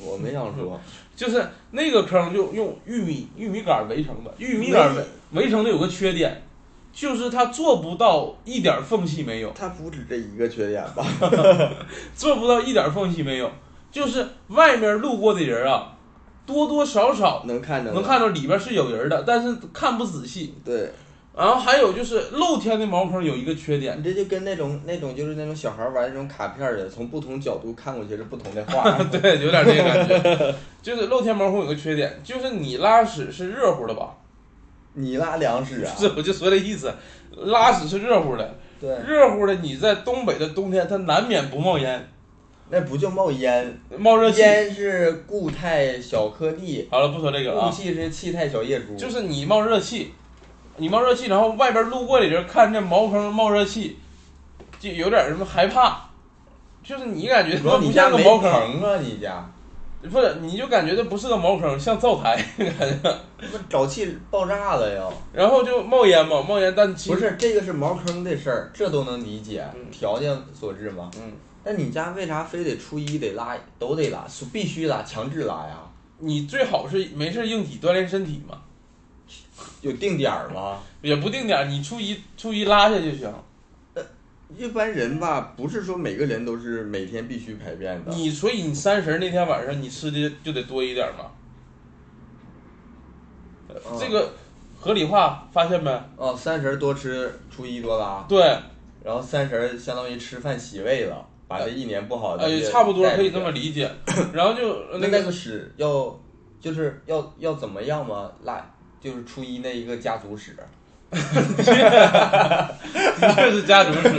C: 我没想说，
A: 就是那个坑就用玉米玉米杆儿围成的，玉米杆儿围围成的有个缺点，就是它做不到一点儿缝隙没有，
C: 它不止这一个缺点吧？
A: 做不到一点儿缝隙没有，就是外面路过的人啊，多多少少
C: 嗯能看着，
A: 能，看到里边是有人的，但是看不仔细。
C: 对。
A: 然后还有就是露天的茅坑有一个缺点，
C: 你这就跟那种那种就是那种小孩玩那种卡片儿的，从不同角度看过去是不同的画。
A: 对，有点这个感觉，就是露天茅坑有个缺点，就是你拉屎是热乎的吧？
C: 你拉两屎啊
A: 不？是，我就说这意思，拉屎是热乎的。
C: 对，
A: 热乎的，你在东北的冬天，它难免不冒烟，
C: 那不就冒烟？
A: 冒热气。
C: 烟是固态小颗粒，
A: 好了，不说这个了
C: 雾
A: 啊，
C: 气是气态小叶珠。
A: 就是你冒热气，你冒热气，然后外边路过的人看见茅坑冒热气，就有点什么害怕，就是你感觉它
C: 你说
A: 不
C: 你
A: 像个
C: 家没
A: 茅坑，
C: 棚啊？你家
A: 不是，你就感觉这不是个茅坑，像灶台，
C: 那沼气爆炸了呀！
A: 然后就冒烟嘛，冒烟，但其
C: 不
A: 实
C: 是这个是茅坑的事儿，这都能理解，
A: 嗯
C: 条件所致嘛。
A: 嗯，
C: 那你家为啥非得初一得拉，都得拉，是必须拉，强制拉呀？
A: 你最好是没事硬体锻炼身体嘛，
C: 有定点儿吗？
A: 也不定点儿，你初一初一拉下就行。
C: 一般人吧，不是说每个人都是每天必须排便的。
A: 你所以你三十儿那天晚上你吃的就得多一点儿嘛。
C: 嗯
A: 这个合理化，发现没？
C: 哦，三十儿多吃，初一多拉，
A: 对，
C: 然后三十儿相当于吃饭洗胃了，把这一年不好的
A: 呃，
C: 东西
A: 差不多
C: 带
A: 可以
C: 出
A: 这
C: 去
A: 么理解。然后就呃
C: 那
A: 那
C: 那
A: 个
C: 个屎要就是要要怎么样嘛？拉就是初一那一个家 族史，
A: 的确是家族史，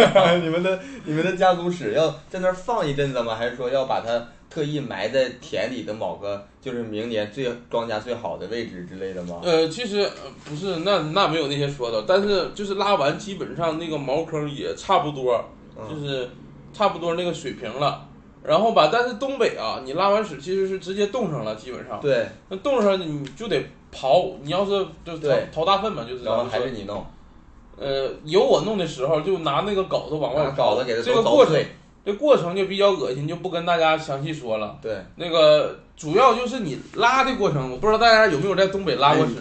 C: 你们的你们的家族史要在那儿放一阵子吗？还是说要把它特意埋在田里的某个就是明年最庄稼最好的位置之类的吗？
A: 呃，其实呃不是，那那没有那些说的，但是就是拉完，基本上那个茅坑也差不多，呃就
C: 嗯，
A: 是差不多那个水平了。然后吧，但是东北啊，你拉完屎其实是直接冻上了，基本上。
C: 对，
A: 那冻上你就得刨，你要是就淘
C: 对
A: 淘大粪嘛，就是
C: 然
A: 咱
C: 后
A: 们
C: 还
A: 说
C: 是，你弄，
A: 呃，有我弄的时候就拿那个镐子往外
C: 把
A: 刨
C: 稿子给它
A: 啊这个
C: 都凿
A: 过程
C: 碎，，
A: 这过程就比较恶心，就不跟大家详细说了。
C: 对。
A: 那个主要就是你拉的过程，我不知道大家有没有在东北拉
C: 哎
A: 过屎，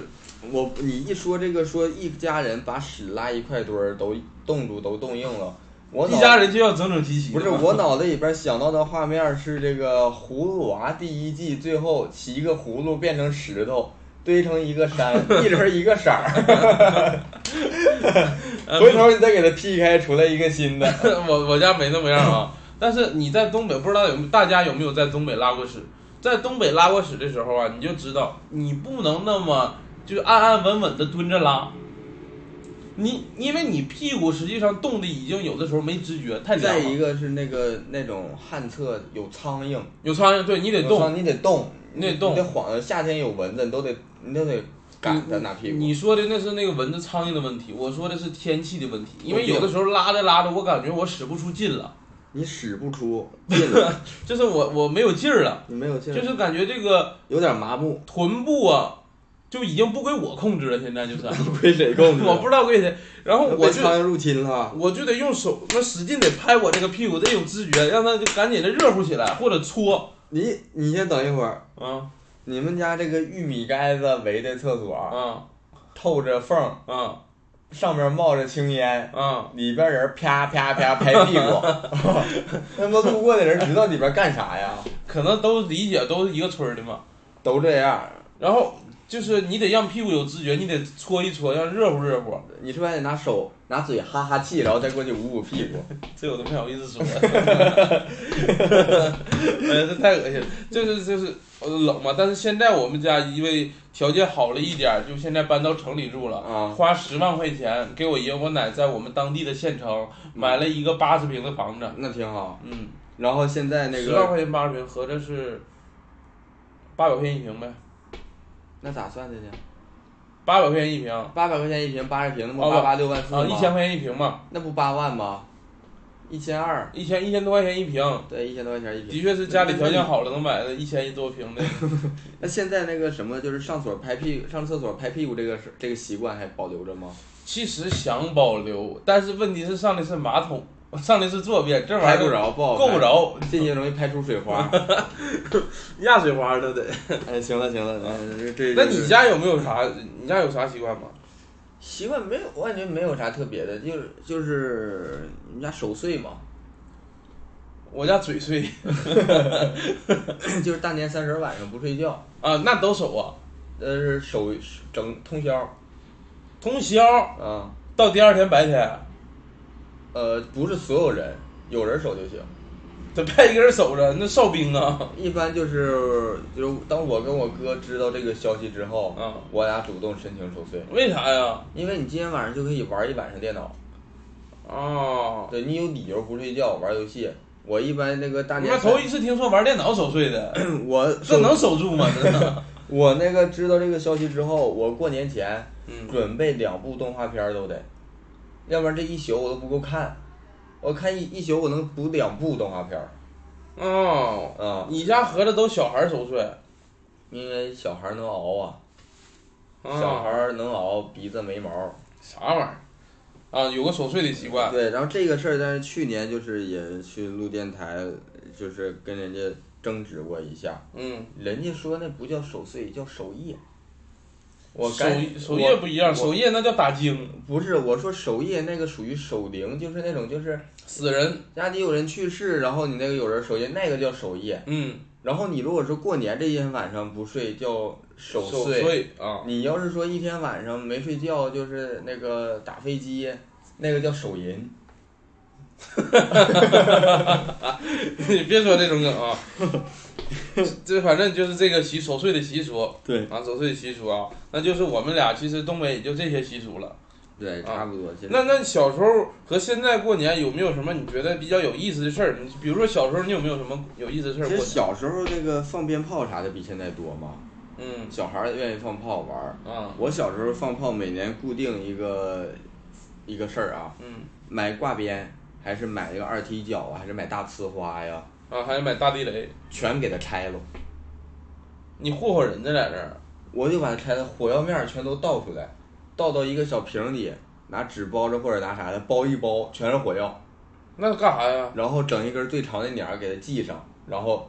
C: 我你一说这个说一家人把屎拉一块堆儿都冻住都冻硬了，我脑
A: 一家人就要整整齐齐
C: 不
A: 的嘛。
C: 是我脑袋里边想到的画面是这个《葫芦娃》第一季最后骑个葫芦变成石头堆成一个山，一人一个色儿，
A: 呃
C: 回头你再给它劈开，出来一个新的。
A: 我我家没那么样啊，但是你在东北不知道有没有大家有没有在东北拉过屎？在东北拉过屎的时候啊，你就知道你不能那么就是安安稳稳的蹲着拉，你因为你屁股实际上冻的已经有的时候没知觉，太
C: 再
A: 凉
C: 一
A: 了，
C: 个是那个那种旱厕有苍蝇，
A: 有苍蝇，对你得
C: 有
A: 动
C: 苍，你得动，
A: 你得动
C: 你得晃。夏天有蚊子，你都得你都得赶它拿屁股。
A: 嗯你说的那是那个蚊子、苍蝇的问题，我说的是天气的问题。因为
C: 有病
A: 有的时候拉着拉着，我感觉我使不出劲了，
C: 你使不 出劲了，
A: 就是我我没有劲儿了，
C: 你没有劲
A: 就
C: 儿，
A: 是感觉这个
C: 有点麻木，
A: 臀部啊，就已经不归我控制了。现在就是
C: 归谁 控制？
A: 我不知道归谁，然后我
C: 被
A: 就
C: 苍蝇入侵了。
A: 我就得用手那使劲得拍我这个屁股，得有知觉，让它就赶紧的热乎起来，或者搓
C: 你你先等一会儿。
A: 啊
C: 你们家这个玉米杆子围的厕所，
A: 啊
C: 透着缝，
A: 啊
C: 上面冒着青烟，
A: 啊！
C: 里边人啪啪啪拍屁股， 那么路过的人知道里边干啥呀？
A: 可能都理解，都是一个村儿的嘛。
C: 都这样，
A: 然后就是你得让屁股有知觉，你得搓一搓，让热乎热乎。
C: 你是不是还得拿手拿嘴哈哈气，然后再过去捂捂屁股？
A: 这我都没好意思说， 哎呀，这太恶心了。就是就是呃冷嘛，但是现在我们家因为条件好了一点儿，就现在搬到城里住了，
C: 啊
A: 花十万块钱给我爷我奶在我们当地的县城买了一个八十平的房子，
C: 那挺好。
A: 嗯，
C: 然后现在那
A: 十万
C: 个
A: 块钱八十平，合着是八百块钱一平呗，
C: 那咋算的呢？
A: 八百块钱一平啊，
C: 八百块钱一平，八十平，那不
A: 哦
C: 八八六万四吗？
A: 一千，块钱一平嘛，
C: 那不八万吗？一千二，
A: 一千一千多块钱一平。
C: 对，一千多块钱一平
A: 的。确是家里条件好了，能买的一千多平的，
C: 那现在那个什么，就是上所拍屁上厕所拍屁股这个事这个习惯还保留着吗？
A: 其实想保留，但是问题是上的是马桶， 上的是坐便，这
C: 拍
A: 玩意
C: 不
A: 儿
C: 着，不好
A: 够不
C: 拍，
A: 着，
C: 进去容易拍出水花。
A: 压水花都得。
C: 哎，行了行了，嗯 这这
A: 那
C: 这
A: 你家有没有啥？你家有啥习惯吗？
C: 习惯没有？我感觉没有啥特别的，就是就是你们家守岁嘛，
A: 我家嘴碎
C: 就是大年三十晚上不睡觉，
A: 啊，那都守啊，
C: 呃，是守整通宵
A: 通宵
C: 啊，
A: 到第二天白天，
C: 呃，不是所有人，有人守就行。
A: 得派一个人守着，那哨兵啊，
C: 一般就是就是当我跟我哥知道这个消息之后，
A: 嗯
C: 我俩主动申请守岁，
A: 为啥呀？
C: 因为你今天晚上就可以玩一晚上电脑。
A: 哦，
C: 对你有理由不睡觉玩游戏。我一般那个大
A: 你
C: 年
A: 妈
C: 三
A: 头一次听说玩电脑守岁的，
C: 我
A: 这能守住吗？真的？
C: 我那个知道这个消息之后，我过年前
A: 嗯，
C: 准备两部动画片儿都得，要不然这一宿我都不够看。我看一一宿我能补两部动画片儿
A: 哦，
C: 啊、
A: 你家合着都小孩儿守岁，
C: 因为小孩儿能熬啊，
A: 啊
C: 小孩儿能熬，鼻子没毛儿。
A: 啥玩意儿啊？有个守岁的习惯，
C: 对，然后这个事儿，但是去年就是也去录电台，就是跟人家争执过一下，
A: 嗯，
C: 人家说那不叫守岁，叫守夜。我
A: 守
C: 赶
A: 守
C: 我
A: 夜不一样，
C: 我
A: 守夜那叫打更，
C: 不是，我说守夜那个属于守灵，就是那种就是
A: 死人，
C: 家里有人去世，然后你那个有人守夜，那个叫守夜。
A: 嗯，
C: 然后你如果说过年这一天晚上不睡叫守
A: 守
C: 岁，
A: 岁啊，
C: 你要是说一天晚上没睡觉，就是那个打飞机，那个叫手淫。
A: 你别说这种梗 啊，这反正就是这个习守岁的习俗
B: 对，
A: 啊，守岁的习俗啊，那就是我们俩其实东北也就这些习俗了。
C: 对，
A: 差
C: 差不多。其实
A: 啊那那小时候和现在过年有没有什么你觉得比较有意思的事儿？你比如说小时候你有没有什么有意思的事儿
C: 其实
A: 过年？
C: 小时候那个放鞭炮啥的比现在多嘛，
A: 嗯
C: 小孩儿愿意放炮玩儿。
A: 啊
C: 我小时候放炮，每年固定一个一个事儿啊，
A: 嗯
C: 买挂鞭，还是买一个二踢脚啊，还是买大呲花呀，
A: 啊，还有买大地雷，
C: 全给它拆了。
A: 你霍霍人家在这儿
C: 我就把它拆的火药面儿全都倒出来，倒到一个小瓶儿里，拿纸包着或者拿啥的包一包，全是火药，
A: 那干啥呀？
C: 然后整一根最长的捻儿给它系上，然后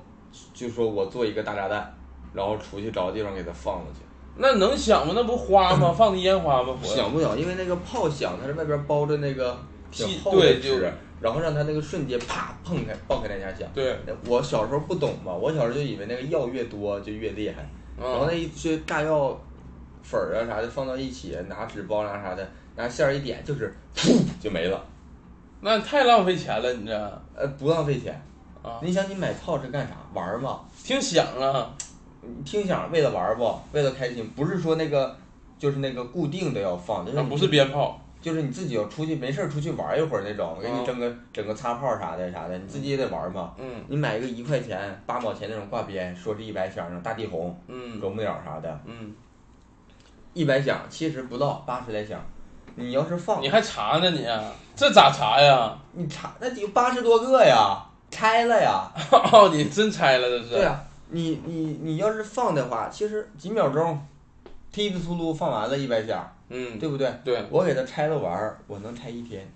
C: 就说我做一个大炸弹，然后出去找个地方给它放过去。
A: 那能响吗？那不花吗？放的烟花吗？火
C: 响不响？因为那个炮响，它是外边包着那个挺
A: 屁
C: 厚的
A: 对就
C: 纸，然后让它那个瞬间啪碰开，蹦开那下响。
A: 对，啊
C: 我小时候不懂嘛，我小时候就以为那个药越多就越厉害，然后
A: 啊
C: 那一些炸药粉儿啊啥的放到一起，拿纸包拿啥的，拿线儿一点，就是噗就没了。
A: 那太浪费钱了，你这
C: 呃，不浪费钱。
A: 啊，
C: 你想你买炮是干啥？玩儿嘛，
A: 听响啊，
C: 你听响为了玩儿不？为了开心，不是说那个就是那个固定的要放，就是
A: 啊
C: 你
A: 不是鞭炮，
C: 就是你自己要出去没事儿出去玩一会儿那种，给你整个整个擦炮啥的啥的，你自己也得玩嘛。
A: 嗯
C: 你买一个一块钱、八毛钱那种挂鞭，说是一百响那种大地红、
A: 嗯
C: 啄木鸟啥的，
A: 嗯，
C: 一百响七十不到，八十来响。你要是放
A: 你，还查呢你？啊这咋查呀？
C: 你查那有八十多个呀，拆了呀。
A: 哦，你真拆了这是？
C: 对呀、你你你要是放的话，其实几秒钟，踢踢突噜放完了一百响，
A: 嗯
C: 对不对？
A: 对，
C: 我给它拆了玩儿，我能拆一天。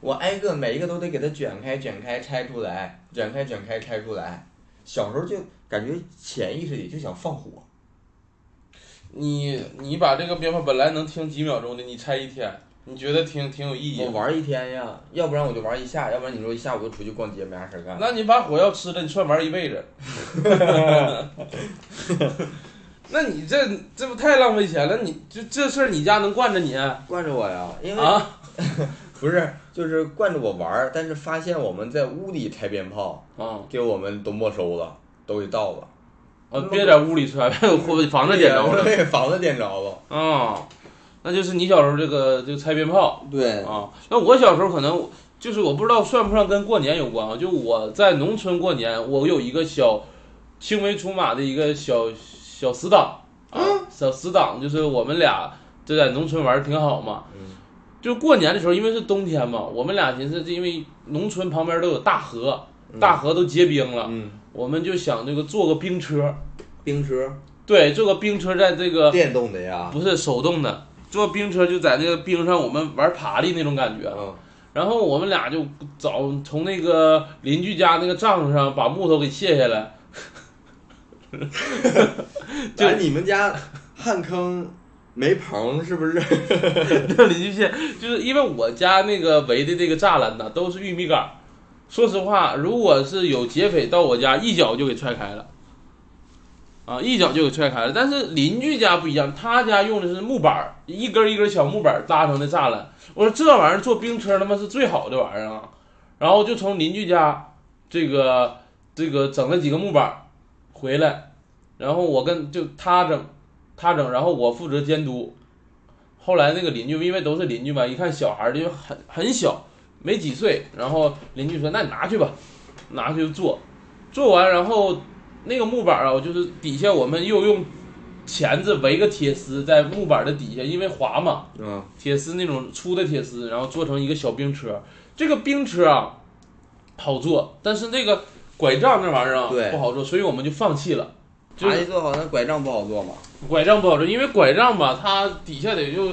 C: 我挨个每一个都得给它卷开、卷开、拆出来，卷开、卷开、拆出来。小时候就感觉潜意识里就想放火，
A: 你你把这个鞭炮本来能听几秒钟的，你拆一天，你觉得挺挺有意义
C: 我。玩一天呀，要不然我就玩一下，要不然你说一下午就出去逛街没啥事儿干。
A: 那你把火药吃了，你算玩一辈 子。那你这这不太浪费钱了？你这这事儿你家能惯着你啊？
C: 惯着我呀，因为、
A: 啊
C: 不是就是惯着我玩儿，但是发现我们在屋里拆鞭炮，
A: 啊！
C: 给我们都没收了，都给盗了，
A: 哦别在屋里 摔，火房子点着了
C: 对，房子点着了。
A: 啊。那就是你小时候这个就拆鞭炮
C: 对
A: 啊。那我小时候可能就是我不知道算不算跟过年有关啊。就我在农村过年，我有一个小青梅竹马的一个小小死党啊，
C: 嗯
A: 小死党就是我们俩就在农村玩的挺好嘛。
C: 嗯
A: 就过年的时候，因为是冬天嘛，我们俩寻思，因为农村旁边都有大河，
C: 嗯
A: 大河都结冰了，
C: 嗯，
A: 我们就想这个坐个冰车，
C: 冰车
A: 对，坐个冰车在这个
C: 电动的呀，
A: 不是手动的，坐冰车就在那个冰上，我们玩爬犁那种感觉。
C: 嗯
A: 然后我们俩就找从那个邻居家那个帐上把木头给卸下来，就
C: 哎，你们家旱坑没棚是不 是？
A: 那邻居线，就是因为我家那个围的这个栅栏呢，都是玉米杆儿。说实话，如果是有劫匪到我家，一脚就给踹开了，啊，一脚就给踹开了。但是邻居家不一样，他家用的是木板儿，一根儿一根儿小木板儿搭成的栅栏。我说这玩意儿坐冰车他妈是最好的玩意儿啊！然后就从邻居家这个这个整了几个木板儿回来，然后我跟就他整他整，然后我负责监督，后来那个邻居，因为都是邻居嘛，一看小孩儿就很很小，没几岁，然后邻居说：“那你拿去吧，拿去做。”做完，然后那个木板儿啊，就是底下我们又用钳子围个铁丝在木板儿的底下，因为滑嘛，
C: 嗯，
A: 铁丝那种粗的铁丝，然后做成一个小冰车。这个冰车啊，好做，但是那个拐杖那玩意儿啊
C: 对
A: 不好做，所以我们就放弃了。就
C: 爬
A: 是
C: 一做好，那拐杖不好做嘛。
A: 拐杖不好做，因为拐杖吧，它底下得就，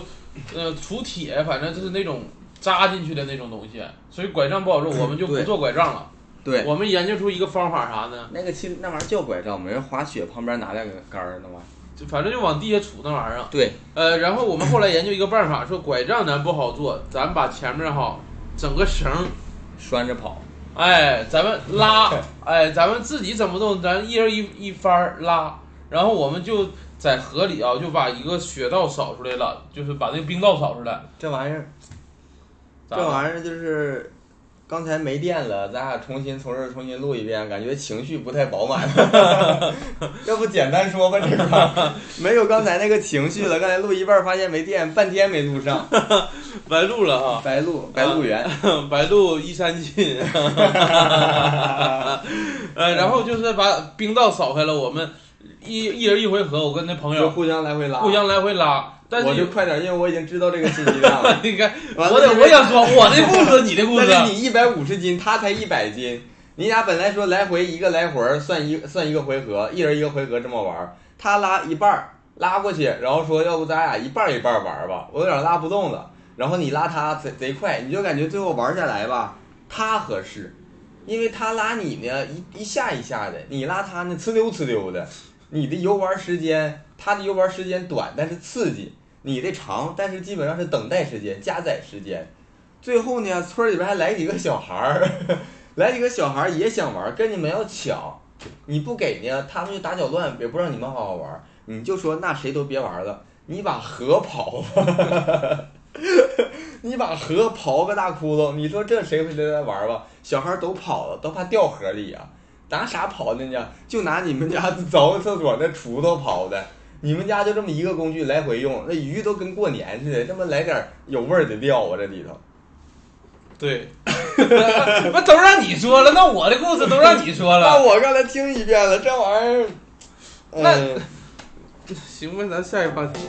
A: 呃，除铁，反正就是那种扎进去的那种东西，所以拐杖不好做，我们就不
C: 嗯对
A: 做拐杖了。
C: 对，
A: 我们研究出一个方法啥呢？
C: 那个其实那玩意儿叫拐杖，没人滑雪旁边拿两个杆儿那玩意儿。
A: 就反正就往地下杵那玩意儿。
C: 对，
A: 呃，然后我们后来研究一个办法，说拐杖咱不好做，咱把前面哈整个绳儿
C: 拴着跑。
A: 哎，咱们 拉，哎，咱们自己整不动，咱一人一一番儿拉，然后我们就在河里啊，就把一个雪道扫出来了，就是把那个冰道扫出来。
C: 这玩意儿，
A: 咋
C: 这
A: 了
C: 玩意儿就是刚才没电了，咱俩重新从这儿重新录一遍，感觉情绪不太饱 满。要不简单说吧，这块儿 没有刚才那个情绪了。刚才录一半儿发现没电，半天没录上，
A: 白录了哈，
C: 白录白录员。
A: 白鹿依山尽， 呃，然后就是把冰道扫开了，我们一一人一回合，我跟那朋
C: 就
A: 友
C: 互相来回拉，
A: 互相来回拉，但
C: 我
A: 是
C: 就
A: 有
C: 快点，因为我已经知道这个信息量了。
A: 你 看，
C: 完了
A: 我得
C: 这边
A: 我想 说我的故事，你的故事，
C: 但是你一百五十斤，他才一百斤，你俩本来说来回一个来回儿算一算一个回合，一人一个回合这么玩儿，他拉一半儿拉过去，然后说要不咱俩一半儿一半儿玩儿吧，我有点拉不动了。然后你拉他贼贼快，你就感觉最后玩下来吧，他合适，因为他拉你呢一一下一下的，你拉他呢呲溜呲溜的，你的游玩时间，他的游玩时间短但是刺激，你的长但是基本上是等待时间加载时间。最后呢，村儿里边还来几个小孩儿， 来几个小孩儿也想玩儿，跟你们要抢，你不给呢，他们就打搅乱，也不让你们好好玩儿，你就说那谁都别玩儿了，你把河刨吧， 你把河刨个大窟窿，你说这谁会来玩儿吧？小孩儿都跑了，都怕掉河里呀、拿啥刨的呢？就拿你们家凿个厕所那锄头刨的。你们家就这么一个工具来回用，那鱼都跟过年似的，这么来点儿有味儿的料啊，这里头。
A: 对， 那都让你说了，那我的故事都让你说
C: 那
A: 了，
C: 我刚才听一遍了，这玩意儿，
A: 那
C: 嗯
A: 行吧，咱下一个话题。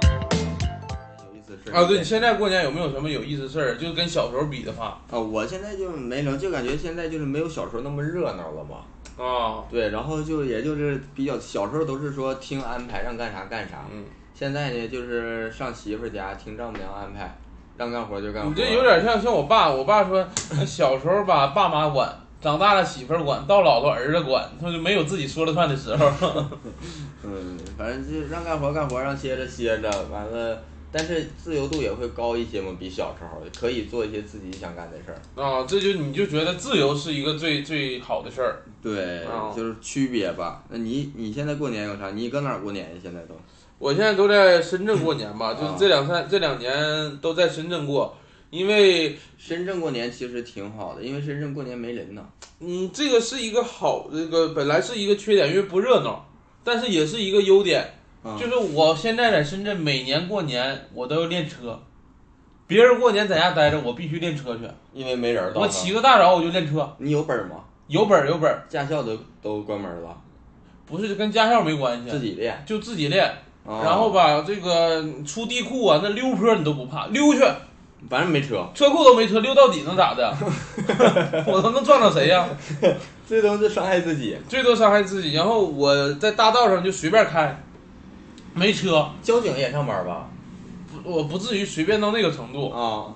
C: 有意思是
A: 啊，对，你现在过年有没有什么有意思事儿？就跟小时候比的话
C: 啊，我现在就没了，就感觉现在就是没有小时候那么热闹了嘛。
A: 啊，
C: 对，然后就也就是比较小时候都是说听安排让干啥干啥，
A: 嗯，
C: 现在呢就是上媳妇儿家听丈母娘安排，让干活就干活。
A: 你这有点像像我爸，我爸说那小时候吧，爸妈管，长大了媳妇儿管，到老了儿子管，他就没有自己说了算的时候。
C: 嗯，反正就是让干活干活，让歇着歇着，完了，但是自由度也会高一些嘛，比小时候可以做一些自己想干的事儿。
A: 啊，这就你就觉得自由是一个最最好的事儿。
C: 对
A: 哦，
C: 就是区别吧。那你你现在过年有啥？你搁哪儿过年呀？现在都
A: 我现在都在深圳过年 吧，
C: 啊
A: 就是这两三这两年都在深圳过，因为
C: 深圳过年其实挺好的，因为深圳过年没人呢。
A: 嗯，这个是一个好，这个本来是一个缺点，因为不热闹，但是也是一个优点。
C: 啊
A: 就是我现在在深圳，每年过年我都要练车，别人过年在家待着，我必须练车去。
C: 因为没人儿到
A: 我
C: 呢
A: 骑个大饶我就练车，
C: 你有本儿吗？
A: 有本儿有本儿，
C: 驾校都都关门了，
A: 不是跟驾校没关
C: 自
A: 系，
C: 己练。
A: 就自己练。
C: 啊
A: 然后吧，这个出地库啊，那溜坡你都不怕，溜去，
C: 反正没车，
A: 车库都没车，溜到底能咋 的？我都能撞着谁呀、
C: 最多是伤害自己。
A: 最多伤害自己。然后我在大道上就随便开，没车，
C: 交警也上班吧？
A: 不我不至于随便到那个程度。
C: 啊，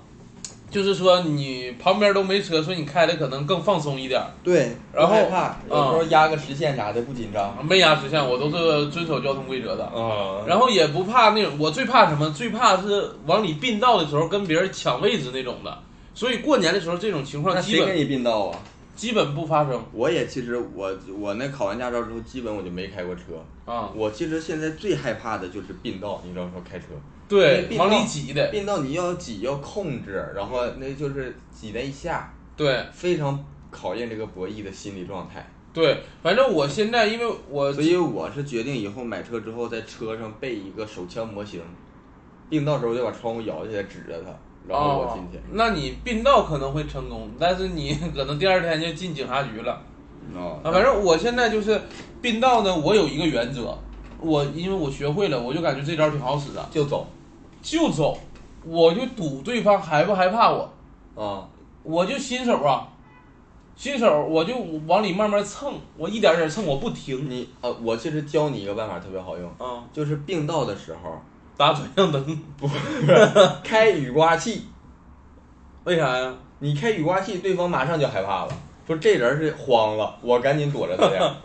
A: 就是说你旁边都没车，所以你开的可能更放松一点儿。
C: 啊对。
A: 然后
C: 不害怕有时候
A: 啊
C: 压个实线啥的不紧张。
A: 没压实线，我都是遵守交通规则的。
C: 啊
A: 嗯然后也不怕那种，我最怕什么？最怕是往里并道的时候跟别人抢位置那种的。所以过年的时候这种情况
C: 那
A: 基
C: 谁跟
A: 本
C: 你并道啊？
A: 基本不发生
C: 我也其实我我那考完驾照之后，基本我就没开过车。
A: 啊。
C: 我其实现在最害怕的就是并道，你知道说开车。因为
A: 对，
C: 并
A: 往里
C: 道
A: 挤的，
C: 变道你要挤要控制，然后那就是挤在一下，
A: 对
C: 非常考验这个博弈的心理状态。
A: 对。反正我现在因为我
C: 所以我是决定以后买车之后，在车上备一个手枪模型，并道时候就把窗户摇起来指着它，然后我进去。
A: 哦。那你并道可能会成功，但是你 可能第二天就进警察局了
C: 哦
A: 啊。反正我现在就是并道呢，我有一个原则，我因为我学会了，我就感觉这招挺好使的，
C: 就走
A: 就走，我就赌对方害不害怕我，
C: 啊、
A: 我就新手啊，新手我就往里慢慢蹭，我一点点蹭，我不停
C: 你啊，我其实教你一个办法特别好用，
A: 啊，
C: 就是并道的时候
A: 打转向灯，
C: 开雨刮器，
A: 为啥呀？
C: 你开雨刮器，对方马上就害怕了，说这人是慌了，我赶紧躲着他呀。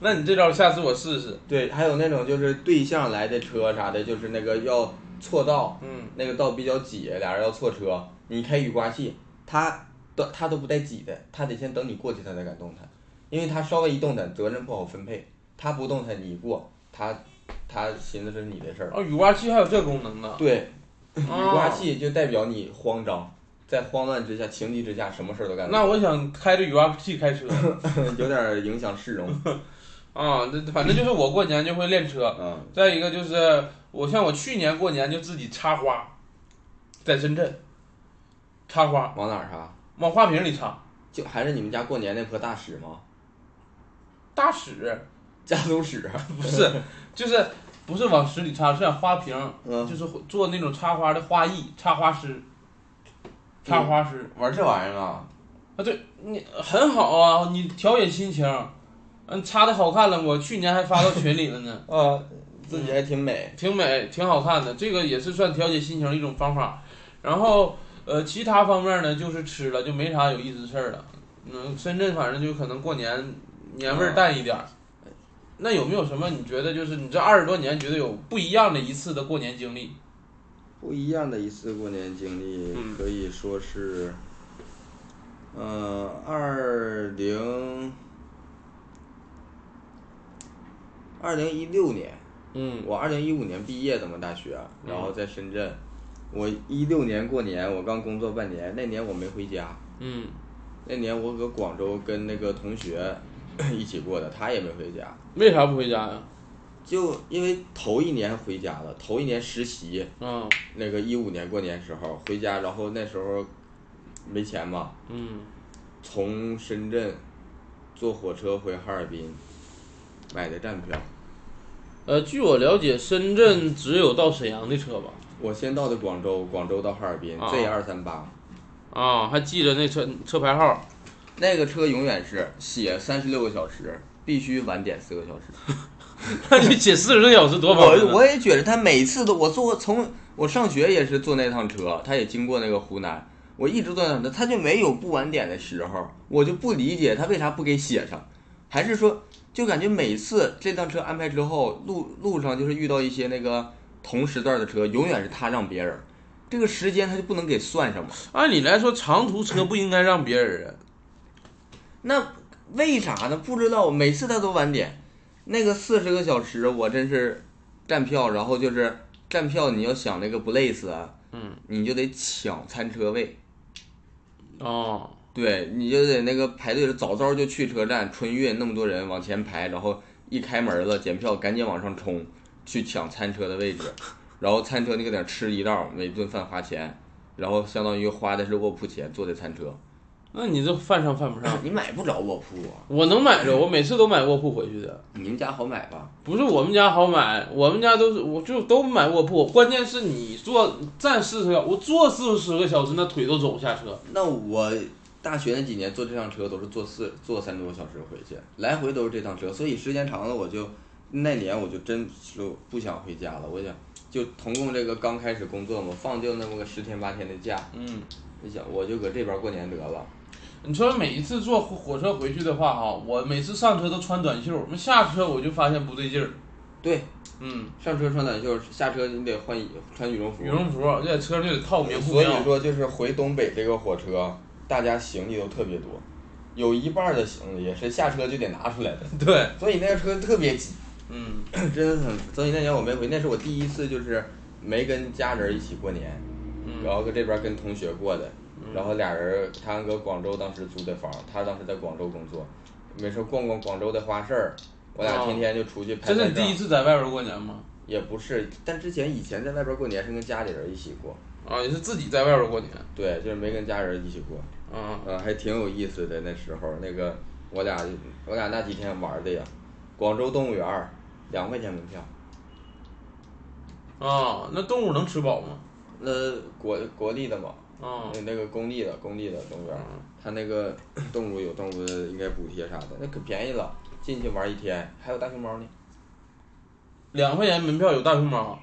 A: 那你这招下次我试试。
C: 对，还有那种就是对象来的车啥的，就是那个要错道，
A: 嗯，
C: 那个道比较挤，俩人要错车，你开雨刮器，他都他都不带挤的，他得先等你过去，他才敢动弹，因为他稍微一动弹，责任不好分配，他不动弹你一过，他他寻思是你的事儿。
A: 哦，雨刮器还有这功能呢。哦
C: 对，
A: 雨
C: 雨刮。器就代表你慌张，在慌乱之下、情急之下，什么事儿都干，
A: 那我想开着雨刮器开 车
C: 有点儿影响市容。
A: 啊，这反正就是我过年就会练车。
C: 嗯，
A: 再一个就是我像我去年过年就自己插花，在深圳插花，
C: 往哪儿啥？
A: 往花瓶里插，
C: 就还是你们家过年那棵大屎吗？
A: 大屎
C: 家族屎。啊
A: 不是，就是不是往屎里插，是往花瓶，
C: 嗯，
A: 就是做那种插花的花艺，插花师，插花师、
C: 玩这玩意儿啊？
A: 啊，对你很好啊，你调节心情，嗯，插的好看了，我去年还发到群里了呢。
C: 啊，自己还挺美。
A: 挺美，挺好看的。这个也是算调节心情的一种方法。然后，呃，其他方面呢，就是吃了，就没啥有意思的事儿了。嗯，深圳反正就可能过年年味儿淡一点儿。那有没有什么你觉得就是你这二十多年觉得有不一样的一次的过年经历？
C: 不一样的一次过年经历
A: 嗯，
C: 可以说是，呃，二零二零一六年，
A: 嗯
C: 我二零一五年毕业的嘛，大学，啊
A: 嗯
C: 然后在深圳。我一六年过年，我刚工作半年，那年我没回家。
A: 嗯
C: 那年我搁广州跟那个同学 一起过的，他也没回家。
A: 为啥不回家呀？
C: 就因为头一年回家了，头一年实习，
A: 嗯
C: 那个一五年过年时候回家，然后那时候没钱嘛，
A: 嗯
C: 从深圳坐火车回哈尔滨，买的站票。
A: 呃，据我了解，深圳只有到沈阳的车吧？
C: 我先到的广州，广州到哈尔滨
A: 啊
C: Z 二三八，
A: 啊，还记得那车车牌 号？
C: 那个车永远是写三十六个小时，必须晚点四个小时。
A: 那你写四十个小时多忙
C: 我
A: 呢
C: 我也觉得他每次都，我坐从我上学也是坐那趟车，他也经过那个湖南，我一直坐那趟车，他就没有不晚点的时候，我就不理解他为啥不给写上，还是说就感觉每次这趟车安排之后，路路上就是遇到一些那个同时段的车，永远是他让别人儿，这个时间他就不能给算上吗？
A: 按理来说，长途车不应该让别人啊。
C: 那为啥呢？不知道，每次他都晚点。那个四十个小时，我真是站票，然后就是站票，你要想那个不累死啊，
A: 嗯，
C: 你就得抢餐车位，
A: 哦，
C: 对，你就得那个排队，早早就去车站，春运那么多人往前排，然后一开门了检票，赶紧往上冲去抢餐车的位置，然后餐车那个点儿吃一道，每顿饭花钱，然后相当于花的是卧铺钱坐的餐车，
A: 那你这犯上犯不上？
C: 你买不着卧铺啊，
A: 我能买着，我每次都买卧铺回去的，
C: 你们家好买吧？
A: 不是我们家好买，我们家都是我就都买卧铺，关键是你坐站四十个，我坐四十个小时，那腿都走不下车。
C: 那我大学那几年坐这趟车都是坐四坐三多小时回去，来回都是这趟车，所以时间长了我就那年我就真就不想回家了，我想就同共这个刚开始工作嘛，放就那么个十天八天的假，
A: 嗯，
C: 你想我就搁这边过年得了，
A: 你说每一次坐火火车回去的话，哈，我每次上车都穿短袖，那下车我就发现不对劲儿。
C: 对，
A: 嗯，
C: 上车穿短袖，下车你得换穿羽绒服
A: 羽，绒服就在车上就得套棉裤
C: 所
A: 棉
C: 以
A: 袄。
C: 说就是回东北这个火车，大家行李都特别多，有一半儿的行李是下车就得拿出来的，
A: 对，
C: 所以那个车特别挤。
A: 嗯
C: 真的很，所以那年我没回，那是我第一次就是没跟家人一起过年，
A: 嗯
C: 然后搁这边跟同学过的，然后俩人他搁广州当时租的房，他当时在广州工作，没事逛逛广州的花市儿，我俩
A: 哦
C: 天天就出去拍
A: 这是
C: 拍
A: 你
C: 照
A: 第。一次在外边过年吗？
C: 也不是，但之前以前在外边过年是跟家里人一起过，
A: 啊，也是自己在外边过年。
C: 对，就是没跟家人一起过，
A: 啊，
C: 呃，还挺有意思的那时候，那个我俩我俩那几天玩的呀，广州动物园儿两块钱门票。
A: 啊，那动物能吃饱吗？
C: 那国国立的嘛，
A: 啊，
C: 那那个公立的公立的动物园儿，它那个动物有动物的应该补贴啥的，那可便宜了，进去玩一天，还有大熊猫呢，
A: 两块钱门票有大熊猫，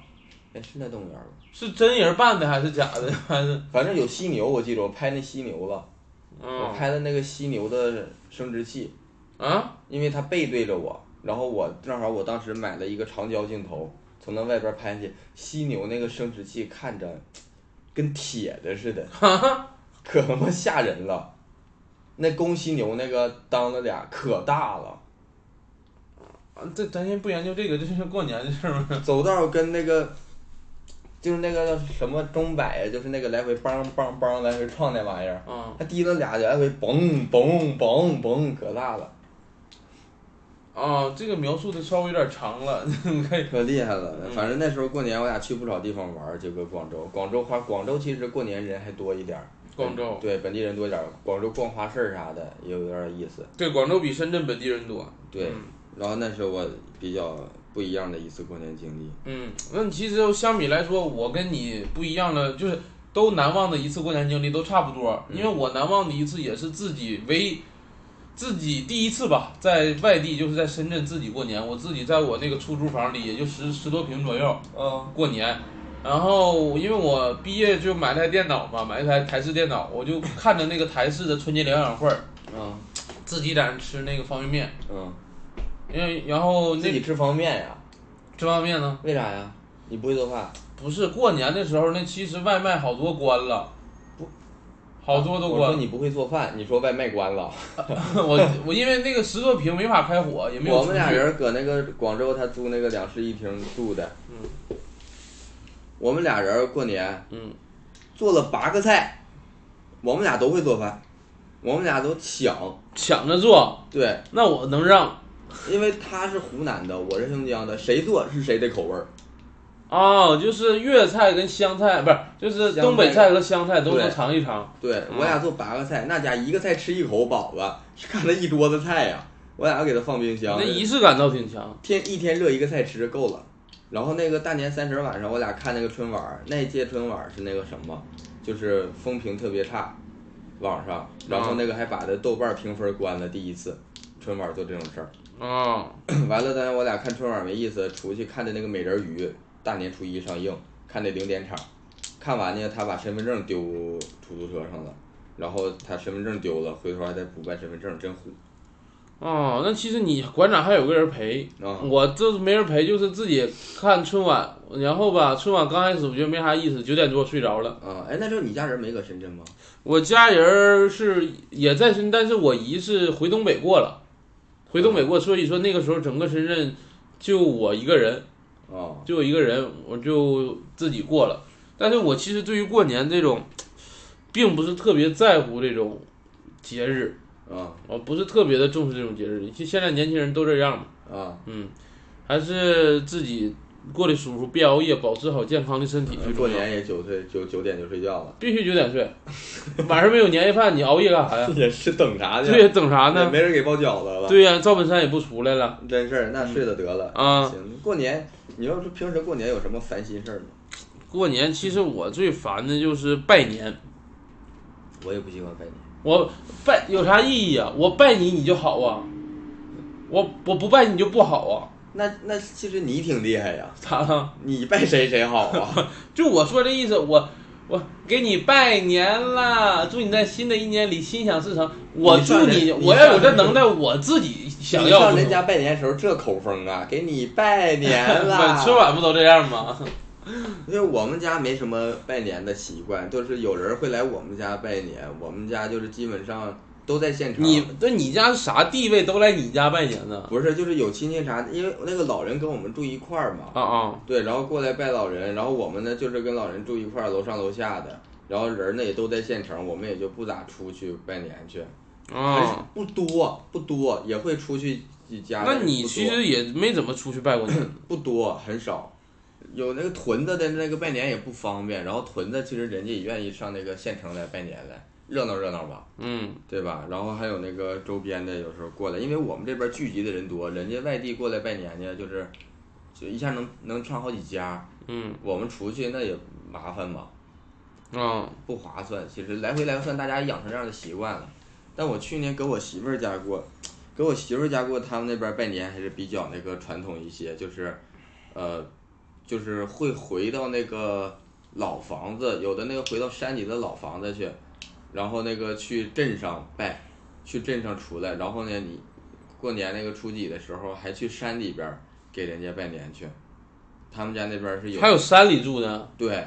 C: 哎是那动物园儿吧？
A: 是真人扮的还是假的？还是
C: 反正有犀牛，我记着我拍那犀牛了，我
A: 嗯
C: 拍的那个犀牛的生殖器，
A: 啊，
C: 因为他背对着我，然后我正好我当时买了一个长焦镜头，从那外边拍去，犀牛那个生殖器看着跟铁的似的，可他妈吓人了。那公犀牛那个当了俩可大了，
A: 啊这咱先不研究这个，这是过年的事儿吗？
C: 走道跟那个就是那个什么钟摆呀，啊就是那个来回梆梆梆来回撞那玩意儿，
A: 啊
C: 他提了俩来回嘣嘣嘣嘣可大了。
A: 啊，这个描述的稍微有点长了， 你可以
C: 可厉害了，
A: 嗯
C: 反正那时候过年我俩去不少地方玩儿，结果广州，广州花，广州其实过年人还多一点儿，
A: 广州
C: 对本地人多一点儿，广州逛花市儿啥的也有点儿意思，
A: 对广州比深圳本地人多。
C: 对，然后那是我比较不一样的一次过年经历，
A: 嗯，那其实相比来说，我跟你不一样的就是都难忘的一次过年经历都差不多，
C: 嗯
A: 因为我难忘的一次也是自己唯自己第一次吧，在外地就是在深圳自己过年，我自己在我那个出租房里也就十十多平左右
C: 嗯，
A: 过年。然后，因为我毕业就买了台电脑嘛，买了台台式电脑，我就看着那个台式的春节联欢晚会儿，
C: 嗯
A: 自己在那吃那个方便面，
C: 嗯，
A: 因为然后
C: 自
A: 哦那
C: 己吃方便呀？
A: 这方面呢，
C: 为啥呀？你不会做饭？
A: 不是过年的时候，那其实外卖好多关了，不，好多都
C: 我
A: 关
C: 说
A: 了。
C: 你不会做饭，你说外卖关了。
A: 我我因为那个十多平没法开火，也没有
C: 我们俩
A: 出去
C: 人搁那个广州，他租那个两室一厅住的，
A: 嗯，
C: 我们俩人过年。
A: 嗯，
C: 做了八个菜，我们俩都会做饭，我们俩都抢。
A: 抢着做，
C: 对，
A: 那我能让
C: 因为他是湖南的，我是黑龙江的，谁做是谁的口味儿。
A: 哦，就是粤菜跟湘菜，不是，就是东北菜和湘菜都
C: 对
A: 能尝一尝。
C: 对
A: 嗯
C: 我俩做八个菜，那家一个菜吃一口饱了，看他一桌子菜呀、我俩给他放冰箱
A: 那，仪式感倒挺强。
C: 天一天热一个菜吃够了。然后那个大年三十晚上，我俩看那个春晚儿，那一届春晚儿是那个什么，就是风评特别差，网上，然后那个还把这豆瓣儿评分关了，第一次春晚儿做这种事儿。
A: 啊、
C: 完了，当天我俩看春晚没意思，出去看的那个《美人鱼》，大年初一上映，看的零点场。看完呢，他把身份证丢出租车上了，然后他身份证丢了，回头还得补办身份证，真虎。
A: 哦，那其实你馆长还有个人陪，
C: 啊
A: 我这没人陪，就是自己看春晚，然后吧，春晚刚开始我觉得没啥意思，九点多睡着了。
C: 啊！哎，那时候你家人没搁深圳吗？
A: 我家人儿是也在深，但是我姨是回东北过了，回东北过，所以说那个时候整个深圳就我一个人，
C: 啊，
A: 就我一个人，我就自己过了。但是我其实对于过年这种，并不是特别在乎这种节日，
C: 啊
A: 我不是特别的重视这种节日。就现在年轻人都这样嘛，
C: 啊！
A: 嗯，还是自己过得舒服，别熬夜，保持好健康的身体最
C: 呃过
A: 重要。
C: 年也九岁九九点就睡觉了，
A: 必须九点睡，晚上没有年夜饭，你熬夜干啥呀？
C: 也是等啥去？啊
A: 对呀，等啥呢
C: 也？没人给包饺子了。
A: 对呀、赵本山也不出来了
C: 真事儿，那睡了得了。
A: 啊、
C: 行，过年你要是平时过年有什么烦心事儿吗？
A: 过年其实我最烦的就是拜年，
C: 我也不喜欢拜年。
A: 我拜有啥意义啊？我拜你你就好啊，我我不拜你就不好啊，
C: 那那其实你挺厉害呀。
A: 咋了？
C: 你拜谁谁好 啊？
A: 就我说这意思，我我给你拜年啦，祝你在新的一年里心想事成。我
C: 你上
A: 祝
C: 人
A: 你，
C: 你
A: 我要有
C: 上
A: 这
C: 人
A: 能耐，我自己想
C: 你
A: 要
C: 上
A: 就
C: 人
A: 行。
C: 家拜年的时候这口风啊，给你拜年 啦！
A: 春晚不都这样 吗？
C: 因为我们家没什么拜年的习惯，就是有人会来我们家拜年，我们家就是基本上都在现场。
A: 你对你家啥地位都来你家拜年呢？
C: 不是就是有亲戚啥的，因为那个老人跟我们住一块儿嘛，
A: 啊啊
C: 对，然后过来拜老人，然后我们呢就是跟老人住一块儿，楼上楼下的，然后人呢也都在县城，我们也就不咋出去拜年去，
A: 啊！
C: 不多不多，也会出去几家。
A: 那
C: 但是
A: 你
C: 不
A: 其
C: 多
A: 实也没怎么出去拜过年，
C: 不多，很少。有那个屯子的那个拜年也不方便，然后屯子其实人家也愿意上那个县城来拜年来，热闹热闹吧，
A: 嗯，
C: 对吧？然后还有那个周边的有时候过来，因为我们这边聚集的人多，人家外地过来拜年呢，就是就一下能能上好几家，
A: 嗯，
C: 我们出去那也麻烦嘛，
A: 啊
C: 不划算。其实来回来算，大家养成这样的习惯了。但我去年搁我媳妇儿家过，搁我媳妇儿家过，他们那边拜年还是比较那个传统一些，就是，呃，就是会回到那个老房子，有的那个回到山里的老房子去，然后那个去镇上拜，去镇上出来，然后呢，你过年那个初几的时候还去山里边儿给人家拜年去，他们家那边儿是有
A: 还有山里住呢，
C: 对，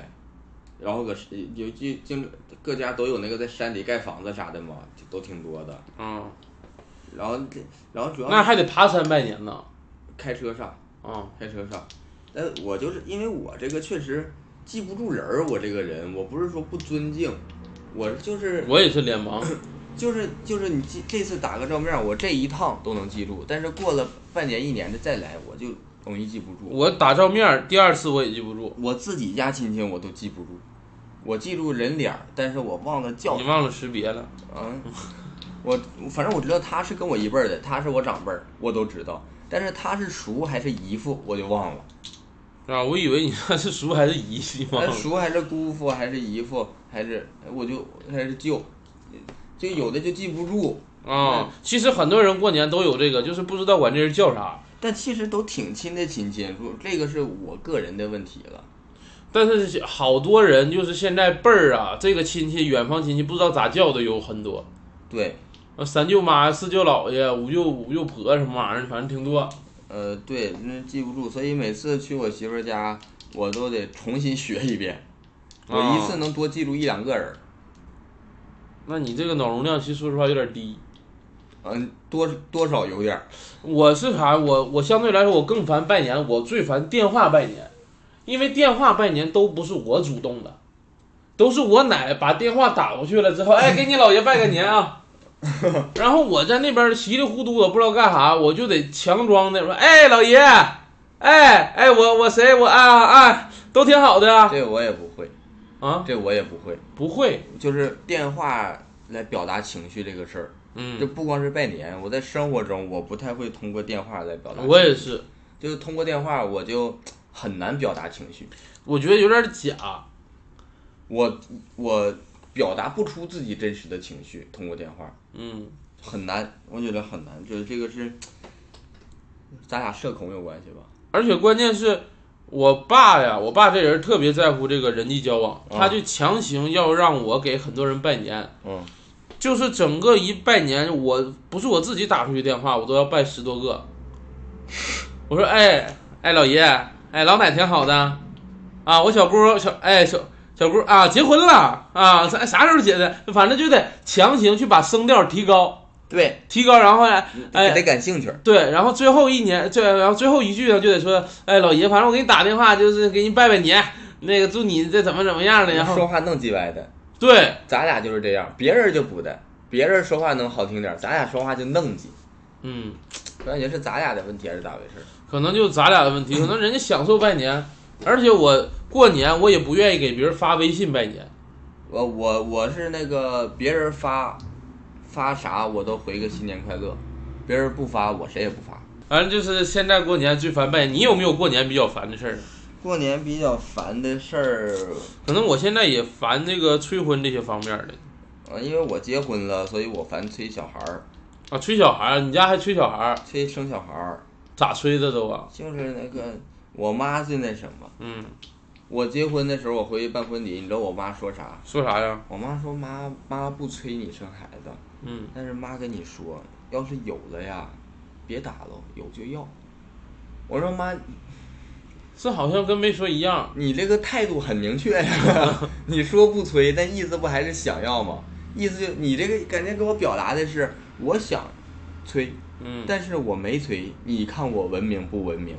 C: 然后搁是有就经各家都有那个在山里盖房子啥的嘛，就都挺多的。
A: 嗯，
C: 然后这然后主要
A: 那
C: 是
A: 还得爬山拜年呢，
C: 开车上，
A: 啊、
C: 开车上。但我就是因为我这个确实记不住人儿，我这个人我不是说不尊敬，我就是
A: 我也是脸盲，
C: 就是就是你记这次打个照面儿，我这一趟都能记住，但是过了半年一年的再来，我就容易记不住。
A: 我打照面儿第二次我也记不住，
C: 我自己家亲戚我都记不住，我记住人脸儿，但是我忘了叫
A: 你忘了识别了，
C: 嗯，我反正我知道他是跟我一辈儿的，他是我长辈儿，我都知道。但是他是叔还是姨父，我就忘了。
A: 啊，我以为你那是叔还是姨，你忘
C: 那
A: 了，
C: 哎叔还是姑父还是姨父还是我就还是舅，就有的就记不住，
A: 啊、其实很多人过年都有这个，就是不知道管这人叫啥，
C: 但其实都挺亲的亲戚。如这个是我个人的问题了。
A: 但是好多人就是现在辈儿啊，这个亲戚远方亲戚不知道咋叫的有很多，
C: 对，
A: 呃三舅妈、四舅姥爷、五舅五舅婆什么玩意儿，反正挺多。
C: 呃，对，那记不住，所以每次去我媳妇儿家，我都得重新学一遍。我
A: 啊
C: 一次能多记住一两个人儿，
A: 那你这个脑容量其实说实话有点低。
C: 嗯，多多少有点儿。
A: 我是啥？我我相对来说我更烦拜年，我最烦电话拜年，因为电话拜年都不是我主动的，都是我奶把电话打过去了之后，哎，给你姥爷拜个年啊。然后我在那边稀里糊涂，我不知道干啥，我就得强装的说，哎，老爷，哎哎，我我谁我啊啊，都挺好的啊
C: 这我也不会，
A: 啊，
C: 这我也不会，
A: 不会，
C: 就是电话来表达情绪这个事儿，
A: 嗯
C: 就，不光是拜年，我在生活中我不太会通过电话来表达，
A: 我也，是，
C: 就是通过电话我就很难表达情绪，
A: 我觉得有点假，
C: 我我表达不出自己真实的情绪，通过电话
A: 嗯，
C: 很难，我觉得很难，就是这个是，咱俩社恐有关系吧？
A: 而且关键是我爸呀，我爸这人特别在乎这个人际交往，
C: 嗯
A: 他就强行要让我给很多人拜年，
C: 嗯，
A: 就是整个一拜年，我不是我自己打出去电话，我都要拜十多个。我说，哎哎，老爷，哎老奶挺好的，啊，我小姑小哎小小姑啊结婚了啊，啥啥时候结的，反正就得强行去把声调提高，
C: 对，
A: 提高，然后呢，哎
C: 得得感兴趣，
A: 对，然后最后一年，最然后最后一句呢，就得说，哎，老爷，反正我给你打电话，就是给你拜拜年，那个祝你这怎么怎么样的，然后
C: 说话弄叽歪的，
A: 对，
C: 咱俩就是这样，别人就不的，别人说话能好听点儿，咱俩说话就弄叽。
A: 嗯，
C: 我感觉是咱俩的问题还是咋回事？
A: 可能就咱俩的问题，可能人家享受拜年，而且我过年我也不愿意给别人发微信拜年，
C: 我我我是那个别人发发啥我都回个新年快乐，别人不发我谁也不发。
A: 反正就是现在过年最烦拜年。你有没有过年比较烦的事儿？
C: 过年比较烦的事儿，
A: 可能我现在也烦这个催婚这些方面的
C: 呃，因为我结婚了，所以我烦催小孩儿，
A: 啊，催小孩儿，你家还催小孩儿，
C: 催生小孩儿，
A: 咋催的都啊？
C: 就是那个我妈最那什么。
A: 嗯，
C: 我结婚的时候我回去办婚礼，你知道我妈说啥？
A: 说啥呀？
C: 我妈说妈妈不催你生孩子，
A: 嗯，
C: 但是妈跟你说，要是有了呀，别打了，有就要。我说妈，
A: 这好像跟没说一样。
C: 你这个态度很明确呀，你说不催，但意思不还是想要吗？意思就你这个感觉给我表达的是我想催，
A: 嗯，
C: 但是我没催，你看我文明不文明？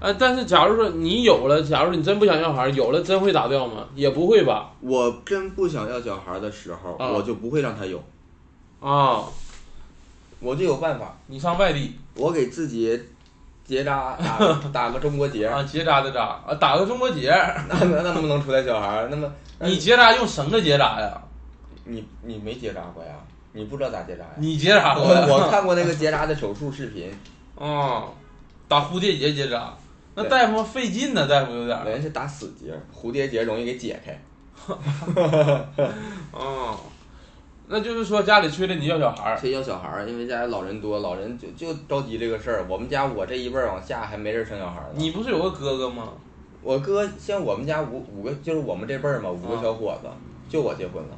A: 呃，但是假如说你有了，假如你真不想要孩儿，有了真会打掉吗？也不会吧？
C: 我真不想要小孩的时候，
A: 啊
C: 我就不会让他有，
A: 啊、
C: 我就有办法，
A: 你上外地
C: 我给自己结扎打个打个中国结，
A: 啊，结扎的扎啊，打个中国结，
C: 那那能不能出来小孩儿？那么呃
A: 你结扎用绳子结扎呀？
C: 你你没结扎过呀？你不知道咋结扎呀？
A: 你结扎
C: 我
A: 过呀？
C: 我看过那个结扎的手术视频，
A: 啊、打蝴蝶结结扎，那
C: 对
A: 大夫费劲呢，大夫有点儿。
C: 人是打死结，蝴蝶结容易给解开。
A: 嗯，那就是说家里催着你要小孩儿，
C: 谁要小孩儿，因为家里老人多，老人就就着急这个事儿。我们家我这一辈儿往下还没人生小孩儿呢。
A: 你不是有个哥哥吗？
C: 我哥像我们家五五个，就是我们这辈儿嘛，
A: 啊
C: 五个小伙子，就我结婚了。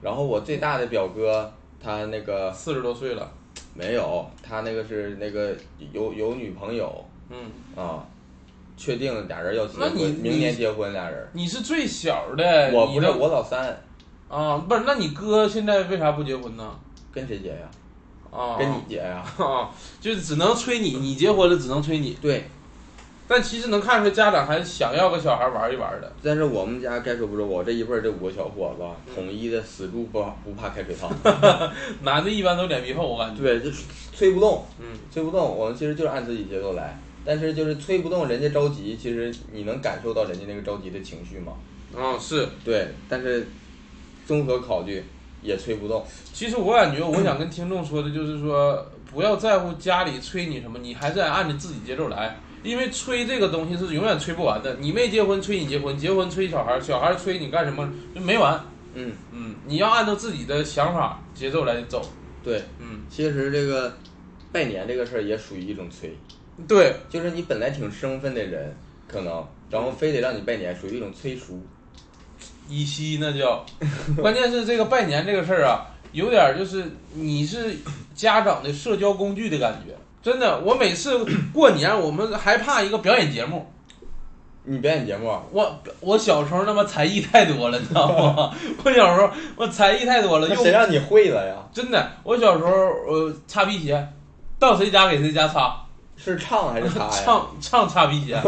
C: 然后我最大的表哥，他那个
A: 四十多岁了，
C: 没有，他那个是那个有有女朋友
A: 嗯，
C: 啊，确定俩人要结
A: 那你
C: 婚，明年
A: 你
C: 结婚俩人。
A: 你是最小的，
C: 我
A: 你
C: 不是
A: 的
C: 我老三，
A: 啊，不是，那你哥现在为啥不结婚呢？
C: 跟谁结呀？
A: 啊，
C: 跟你结呀？
A: 啊，就是只能催你，你结婚了只能催你，
C: 对，
A: 但其实能看出来家长还是想要个小孩玩一玩的。
C: 但是我们家该说不说，我这一辈儿这五个小伙
A: 嗯
C: 子，统一的死猪不不怕开水 烫，
A: 男的一般都脸皮厚，我感觉。
C: 对，就是催不动，
A: 嗯，
C: 催不动，我们其实就是按自己节奏来，但是就是催不动人家着急，其实你能感受到人家那个着急的情绪吗？
A: 嗯，是。
C: 对，但是综合考虑也催不动，
A: 其实我感觉，我想跟听众说的就是说，不要在乎家里催你什么，你还是得按着自己节奏来，因为催这个东西是永远催不完的。你没结婚催你结婚，结婚催小孩，小孩催你干什么就没完。
C: 嗯，
A: 嗯，你要按照自己的想法节奏来走。
C: 对，
A: 嗯，
C: 其实这个拜年这个事儿也属于一种催，
A: 对，
C: 就是你本来挺生分的人，可能然后非得让你拜年，属于一种催熟，
A: 依稀那叫，关键是这个拜年这个事儿啊，有点儿就是你是家长的社交工具的感觉。真的，我每次过年，我们还怕一个表演节目。
C: 你表演节目啊。
A: 我我小时候他妈才艺太多了，你知道吗？ 我小时候我才艺太多了，
C: 那
A: 又
C: 谁让你会了呀？
A: 真的，我小时候呃擦皮鞋，到谁家给谁家擦。
C: 是 唱还是擦哎呀？
A: 唱唱擦皮 鞋，啊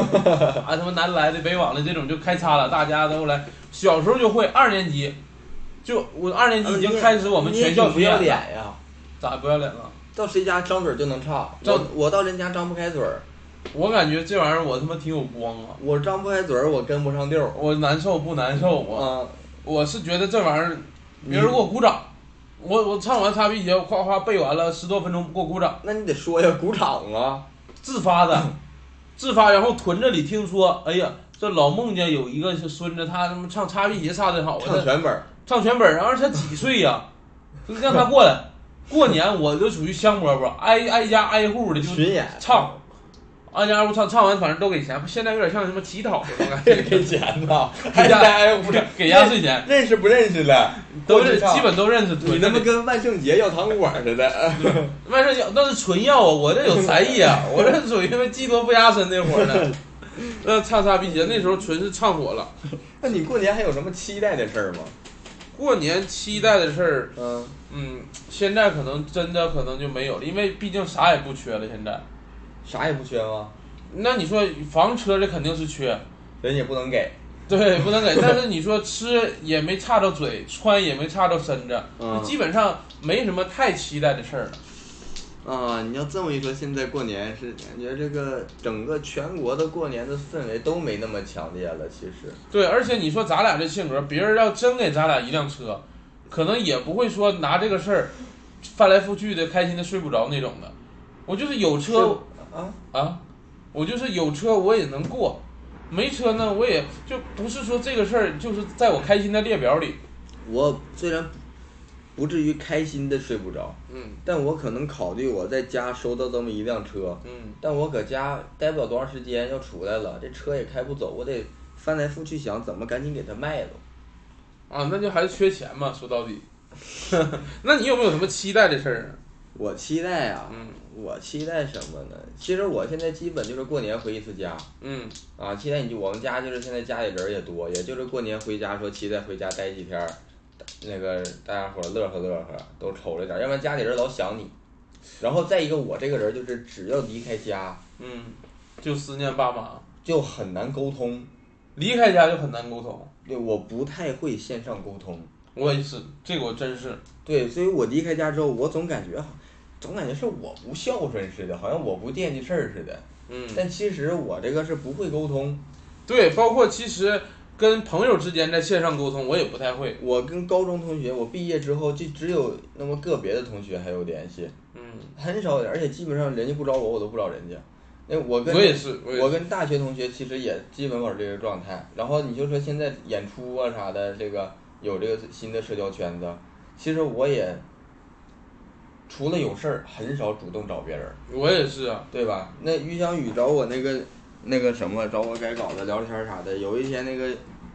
A: 他妈南来的北往的这种就开擦了，大家都来。小时候就会，二年级就我二年级已经开始我们全校
C: 不
A: 巡
C: 要
A: 演
C: 脸
A: 了，
C: 呀！
A: 咋不要脸了？
C: 到谁家张嘴就能唱，
A: 张
C: 我我到人家张不开嘴儿，我
A: 我感觉这玩意儿我他妈挺有光啊，
C: 我张不开嘴儿，我跟不上调儿。
A: 我难受不难受？我
C: 啊，
A: 我是觉得这玩意儿，别人给我鼓掌，我我唱完擦皮鞋，我夸夸背完了十多分钟给我鼓掌，
C: 那你得说呀，鼓掌啊！
A: 自发 的，自发，然后屯子里听说，哎呀。这老孟家有一个是孙子，他他妈唱擦皮鞋唱的好，我
C: 唱
A: 这
C: 全本儿，
A: 上全本儿，然后他几岁呀、就让他过来。过年我就属于香饽饽，挨挨家挨户的就
C: 巡演
A: 唱，挨家挨户唱，唱完反正都给钱。现在有点像什么乞讨的那种感觉，
C: 给钱呐，还得挨屋
A: 给给压岁钱，
C: 认识不认识的
A: 都
C: 是
A: 是基本都认识。
C: 你他妈跟万圣节要糖果似的。
A: 万圣节那是纯药啊，我这有才艺啊，我这属于技多不压身那会儿 呢。那唱擦皮鞋那时候纯是唱火了。
C: 那你过年还有什么期待的事儿吗？
A: 过年期待的事儿，
C: 嗯，
A: 嗯，现在可能真的可能就没有了，因为毕竟啥也不缺了。现在，
C: 啥也不缺吗？
A: 那你说房车这肯定是缺，
C: 人也不能给。
A: 对，不能给。但是你说吃也没差到嘴，穿也没差到身子，
C: 嗯
A: 基本上没什么太期待的事儿了。
C: 啊，你要这么一说，现在过年是感觉这个整个全国的过年的氛围都没那么强烈了，其实。
A: 对，而且你说咱俩这性格，别人要真给咱俩一辆车，可能也不会说拿这个事儿翻来覆去的开心的睡不着那种的。我就是有车
C: 啊，
A: 啊，我就是有车我也能过，没车呢我也就不是说这个事儿就是在我开心的列表里。
C: 我虽然不至于开心的睡不着，
A: 嗯
C: 但我可能考虑我在家收到这么一辆车，
A: 嗯，
C: 但我搁家待不了多长时间要出来了，这车也开不走，我得翻来覆去想怎么赶紧给它卖了。
A: 啊，那就还是缺钱嘛，说到底。 那你有没有什么期待的事儿啊？
C: 我期待啊，
A: 嗯
C: 我期待什么呢？其实我现在基本就是过年回一次家
A: 嗯
C: 啊，期待你就我们家就是现在家里人也多，也就是过年回家说期待回家待几天儿，那个大家伙儿乐呵乐呵，都瞅着点儿，要不然家里人老想你。然后再一个，我这个人就是只要离开家
A: 嗯，就思念爸妈，
C: 就很难沟通，
A: 离开家就很难沟通。
C: 对，我不太会线上沟通，
A: 我也是，这个我真是。
C: 对，所以我离开家之后，我总感觉好，总感觉是我不孝顺似的，好像我不惦记事儿似的。
A: 嗯，
C: 但其实我这个是不会沟通，
A: 对，包括其实跟朋友之间在线上沟通，我也不太会。
C: 我跟高中同学，我毕业之后就只有那么个别的同学还有联系，
A: 嗯，
C: 很少有点，而且基本上人家不找我，我都不找人家。那我跟
A: 我也是，我也
C: 我跟大学同学其实也基本保持这个状态。然后你就说现在演出啊啥的，这个有这个新的社交圈子，其实我也除了有事儿，很少主动找别人，
A: 我也是啊。
C: 对吧？那于翔宇找我那个那个什么，找我改稿子、聊天儿啥的。有一天那个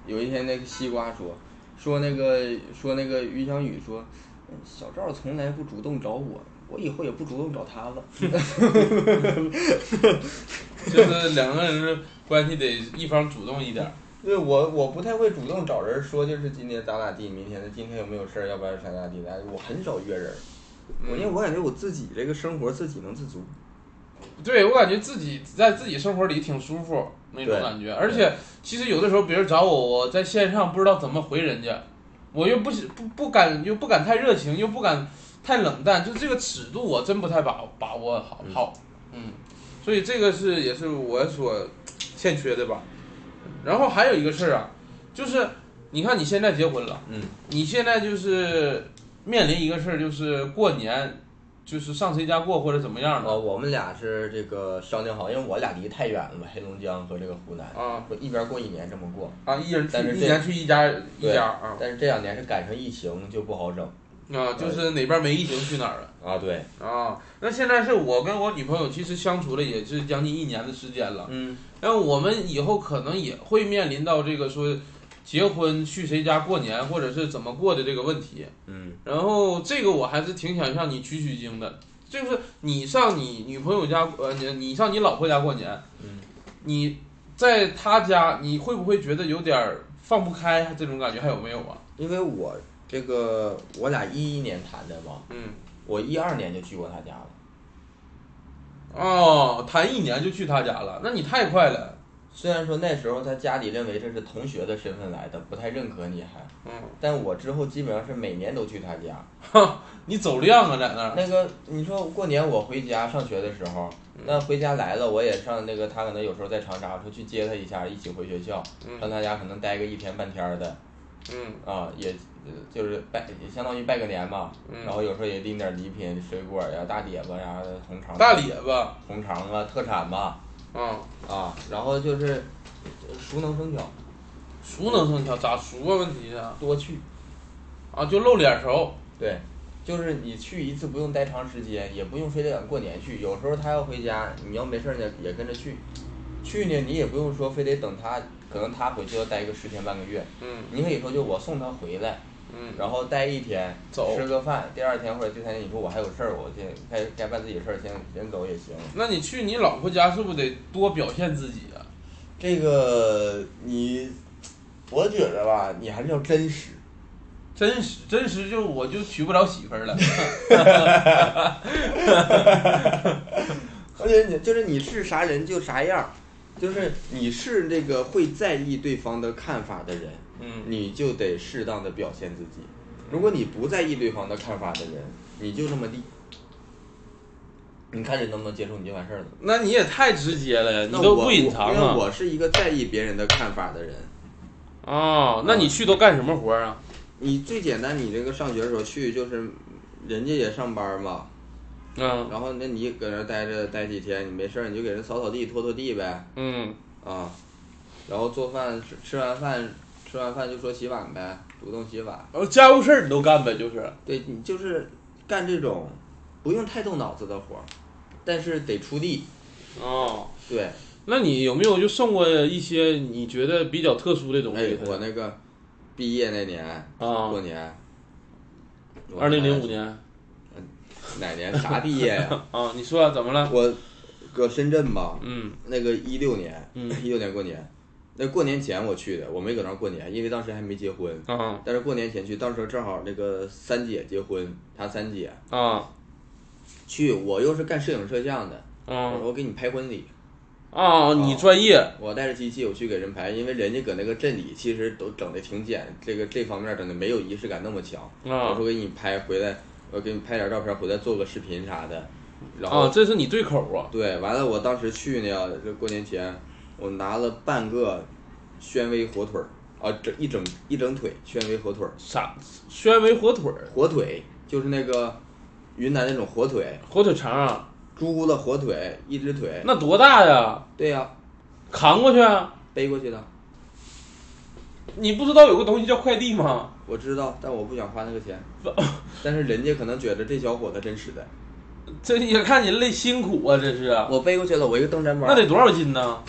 C: 有一天那个西瓜说说那个说那个于翔宇说，嗯小赵从来不主动找我，我以后也不主动找他了。
A: 就是两个人关系得一方主动一点儿。
C: 对我，我不太会主动找人说，就是今天咋咋地，明天的今天有没有事儿，要不然咋咋地的。我很少约人，我因为我感觉我自己这个生活自己能自足。
A: 对我感觉自己在自己生活里挺舒服那种
C: 对
A: 感觉，而且其实有的时候别人找我，我在线上不知道怎么回人家，我又不不不敢又不敢太热情，又不敢太冷淡，就这个尺度我真不太把把握好
C: 嗯
A: 好，嗯，所以这个是也是我所欠缺的吧。然后还有一个事儿啊，就是你看你现在结婚了，
C: 嗯，
A: 你现在就是面临一个事儿，就是过年就是上谁家过或者怎么样的
C: 呃，我们俩是这个商量好，因为我俩离太远了，黑龙江和这个湖南，
A: 啊。
C: 我一边过一年这么过。
A: 啊，一人去
C: 但是
A: 一
C: 这
A: 年去一家一
C: 对
A: 家啊
C: 但是这两年是赶上疫情就不好整
A: 啊，就是哪边没疫情去哪儿了
C: 啊。对，
A: 啊。那现在是我跟我女朋友其实相处了也是将近一年的时间了，
C: 嗯，
A: 但我们以后可能也会面临到这个说结婚去谁家过年或者是怎么过的这个问题。
C: 嗯，
A: 然后这个我还是挺想向你取取经的，就是你上你女朋友家，呃，你你上你老婆家过年，
C: 嗯，
A: 你在她家你会不会觉得有点儿放不开这种感觉还有没有啊？
C: 因为我这个我俩一一年谈的嘛，
A: 嗯。
C: 我一二年就去过他家了，
A: 哦，谈一年就去他家了，那你太快了。
C: 虽然说那时候他家里认为这是同学的身份来的，不太认可你还，
A: 嗯，
C: 但我之后基本上是每年都去他家。
A: 你走量啊，在那儿。
C: 那个你说过年我回家上学的时候，
A: 嗯
C: 那回家来了，我也上那个他可能有时候在长沙，我说去接他一下，一起回学校，上
A: 嗯
C: 他家可能待个一天半天儿的
A: 嗯
C: 啊，也呃就是拜也相当于拜个年嘛。
A: 嗯，
C: 然后有时候也拎点礼品，水果呀、大列巴呀、红肠、啊
A: 大咧巴
C: 红肠啊、特产吧
A: 啊，
C: 啊，然后就是呃熟能生巧，
A: 熟能生巧，咋熟啊？问题是啊，
C: 多去。
A: 啊就露脸熟。
C: 对，就是你去一次不用待长时间，也不用非得赶过年去。有时候他要回家，你要没事儿呢也跟着去。去呢，你也不用说非得等他，可能他回去要待个十天半个月。
A: 嗯
C: 你可以说就我送他回来，
A: 嗯
C: 然后待一天，
A: 走
C: 吃个饭，第二天或者第三天你说我还有事儿，我先该该办自己的事儿，先先走也行。
A: 那你去你老婆家是不是得多表现自己啊？
C: 这个你，我觉得吧，你还是要真实。
A: 真实真实就我就娶不着媳妇儿了。
C: 而且你就是你是啥人就啥样儿，就是你是那个会在意对方的看法的人，
A: 嗯
C: 你就得适当的表现自己。如果你不在意对方的看法的人，你就这么地，你看人能不能接受你就完事儿了。
A: 那你也太直接了呀，你
C: 那
A: 都
C: 我
A: 不隐藏
C: 我因为
A: 啊。
C: 我是一个在意别人的看法的人。
A: 哦，那你去都干什么活儿啊？
C: 你最简单，你这个上学的时候去就是，人家也上班嘛，
A: 嗯
C: 然后那你搁那儿待着待几天，你没事儿你就给人扫扫地、拖拖地呗。
A: 嗯
C: 啊，然后做饭吃吃完饭吃完饭就说洗碗呗，主动洗碗。
A: 哦，家务事儿你都干呗，就是。
C: 对你就是干这种不用太动脑子的活儿，但是得出力。
A: 哦。
C: 对，
A: 那你有没有就送过一些你觉得比较特殊的东
C: 哎
A: 西？，
C: 我那个毕业那年、
A: 啊
C: 过，年，我
A: 二零零五年
C: 哪年啥毕业呀、
A: 啊，你说怎么了？
C: 我搁深圳嘛，
A: 嗯
C: 那个一六年，
A: 嗯
C: 一六年过年，那过年前我去的，我没搁那儿过年，因为当时还没结婚。
A: 啊
C: 但是过年前去，当时正好那个三姐结婚，她三姐，
A: 啊
C: 去，我又是干摄影摄像的，我
A: 啊
C: 说我给你拍婚礼，
A: 啊！你专业
C: 我带着机器我去给人拍，因为人家搁那个镇里其实都整的挺简，这个这方面整的没有仪式感那么强。我
A: 啊
C: 说给你拍回来，我给你拍点照片回来做个视频啥的，然后、
A: 啊，这是你对口啊
C: 对，完了我当时去呢，这过年前我拿了半个宣威火腿儿啊，这一整一整腿宣威火腿儿，
A: 啥？宣为火腿儿，
C: 火腿就是那个云南那种火腿，
A: 火腿肠啊，
C: 猪的火腿，一只腿，
A: 那多大呀？
C: 对呀、
A: 扛过去啊？
C: 背过去的。
A: 你不知道有个东西叫快递吗？
C: 我知道，但我不想花那个钱。但是人家可能觉得这小伙子真实在。
A: 这也看你累辛苦啊，这是。
C: 我背过去了，我一个登山包，
A: 那得多少斤呢？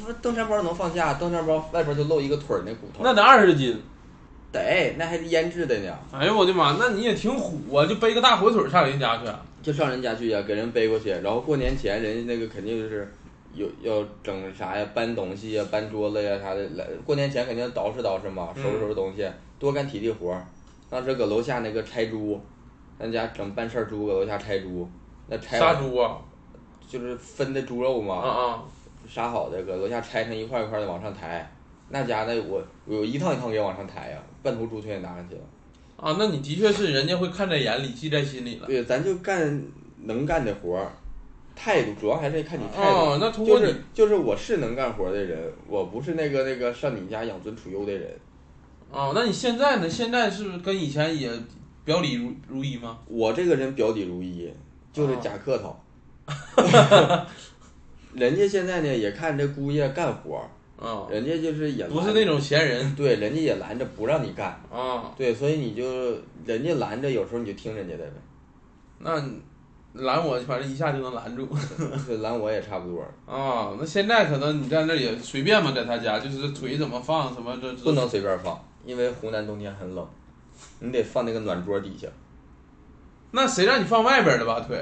C: 不是登山包能放下，登山包外边就露一个腿儿那骨头。
A: 那得二十斤。
C: 得，那还是腌制的呢。
A: 哎呦我的妈！那你也挺虎啊，就背个大火腿上人家去。
C: 就上人家去呀、给人背过去，然后过年前人家那个肯定就是有要整啥呀，搬东西呀，搬桌子呀啥的，来过年前肯定捯饬捯饬嘛，收拾收拾东西，多干体力活儿。当时搁楼下那个拆猪，咱家整办事儿猪搁楼下拆猪，那拆
A: 杀
C: 完
A: 猪啊，
C: 就是分的猪肉嘛，
A: 啊啊，
C: 杀好的搁楼下拆成一块一块的往上抬，那家的我我有一趟一趟给往上抬呀，半头猪全给拿上去了。
A: 啊，那你的确是人家会看在眼里，记在心里了。
C: 对，咱就干能干的活儿，态度主要还是看你态度。
A: 哦，那通
C: 就
A: 过你
C: 是就是我是能干活的人，我不是那个那个上你家养尊处优的人。
A: 哦，那你现在呢？现在是不是跟以前也表里如如一吗？
C: 我这个人表里如一，就是
A: 哦
C: 假 客套。人家现在呢也看这姑爷干活儿，
A: 啊、
C: 人家就是也
A: 不
C: 拦
A: 是那种闲人
C: 对，人家也拦着不让你干，
A: 啊、
C: 对，所以你就人家拦着，有时候你就听人家的 呗。
A: 那你拦我，反正一下就能拦住
C: 这拦我也差不多，
A: 啊、那现在可能你在那儿也随便吧，在他家就是腿怎么放什么这
C: 不能随便放，因为湖南冬天很冷，你得放那个暖桌底下，
A: 那谁让你放外边儿的吧腿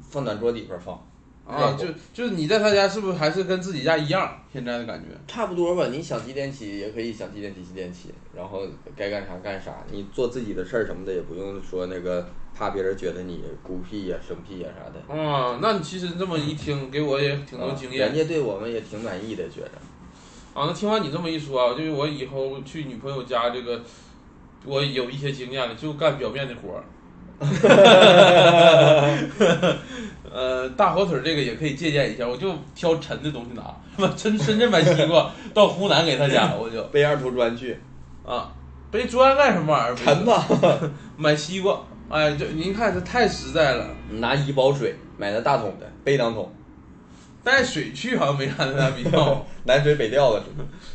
C: 放暖桌底边放。
A: 啊？就就是你在他家是不是还是跟自己家一样？现在的感觉
C: 差不多吧，你想几点起也可以想几点起几点起，然后该干啥干啥，你做自己的事儿什么的也不用说那个怕别人觉得你孤僻呀、生僻呀啥的。
A: 啊、那你其实这么一听，给我也挺多经验
C: 啊人。家对我们也挺满意的，觉着。
A: 啊，那听完你这么一说啊，就是我以后去女朋友家这个，我有一些经验了，就干表面的活儿。 呃，大火腿儿这个也可以借鉴一下，我就挑沉的东西拿，我深深圳买西瓜到湖南给他家，我就
C: 背二头砖去，
A: 啊，背砖干什么玩意儿？
C: 沉吧，
A: 买西瓜，哎，这您看这太实在了，
C: 拿怡宝水买那大桶的，背当 桶，
A: 带水去好像没啥太大必要，
C: 南水北调的，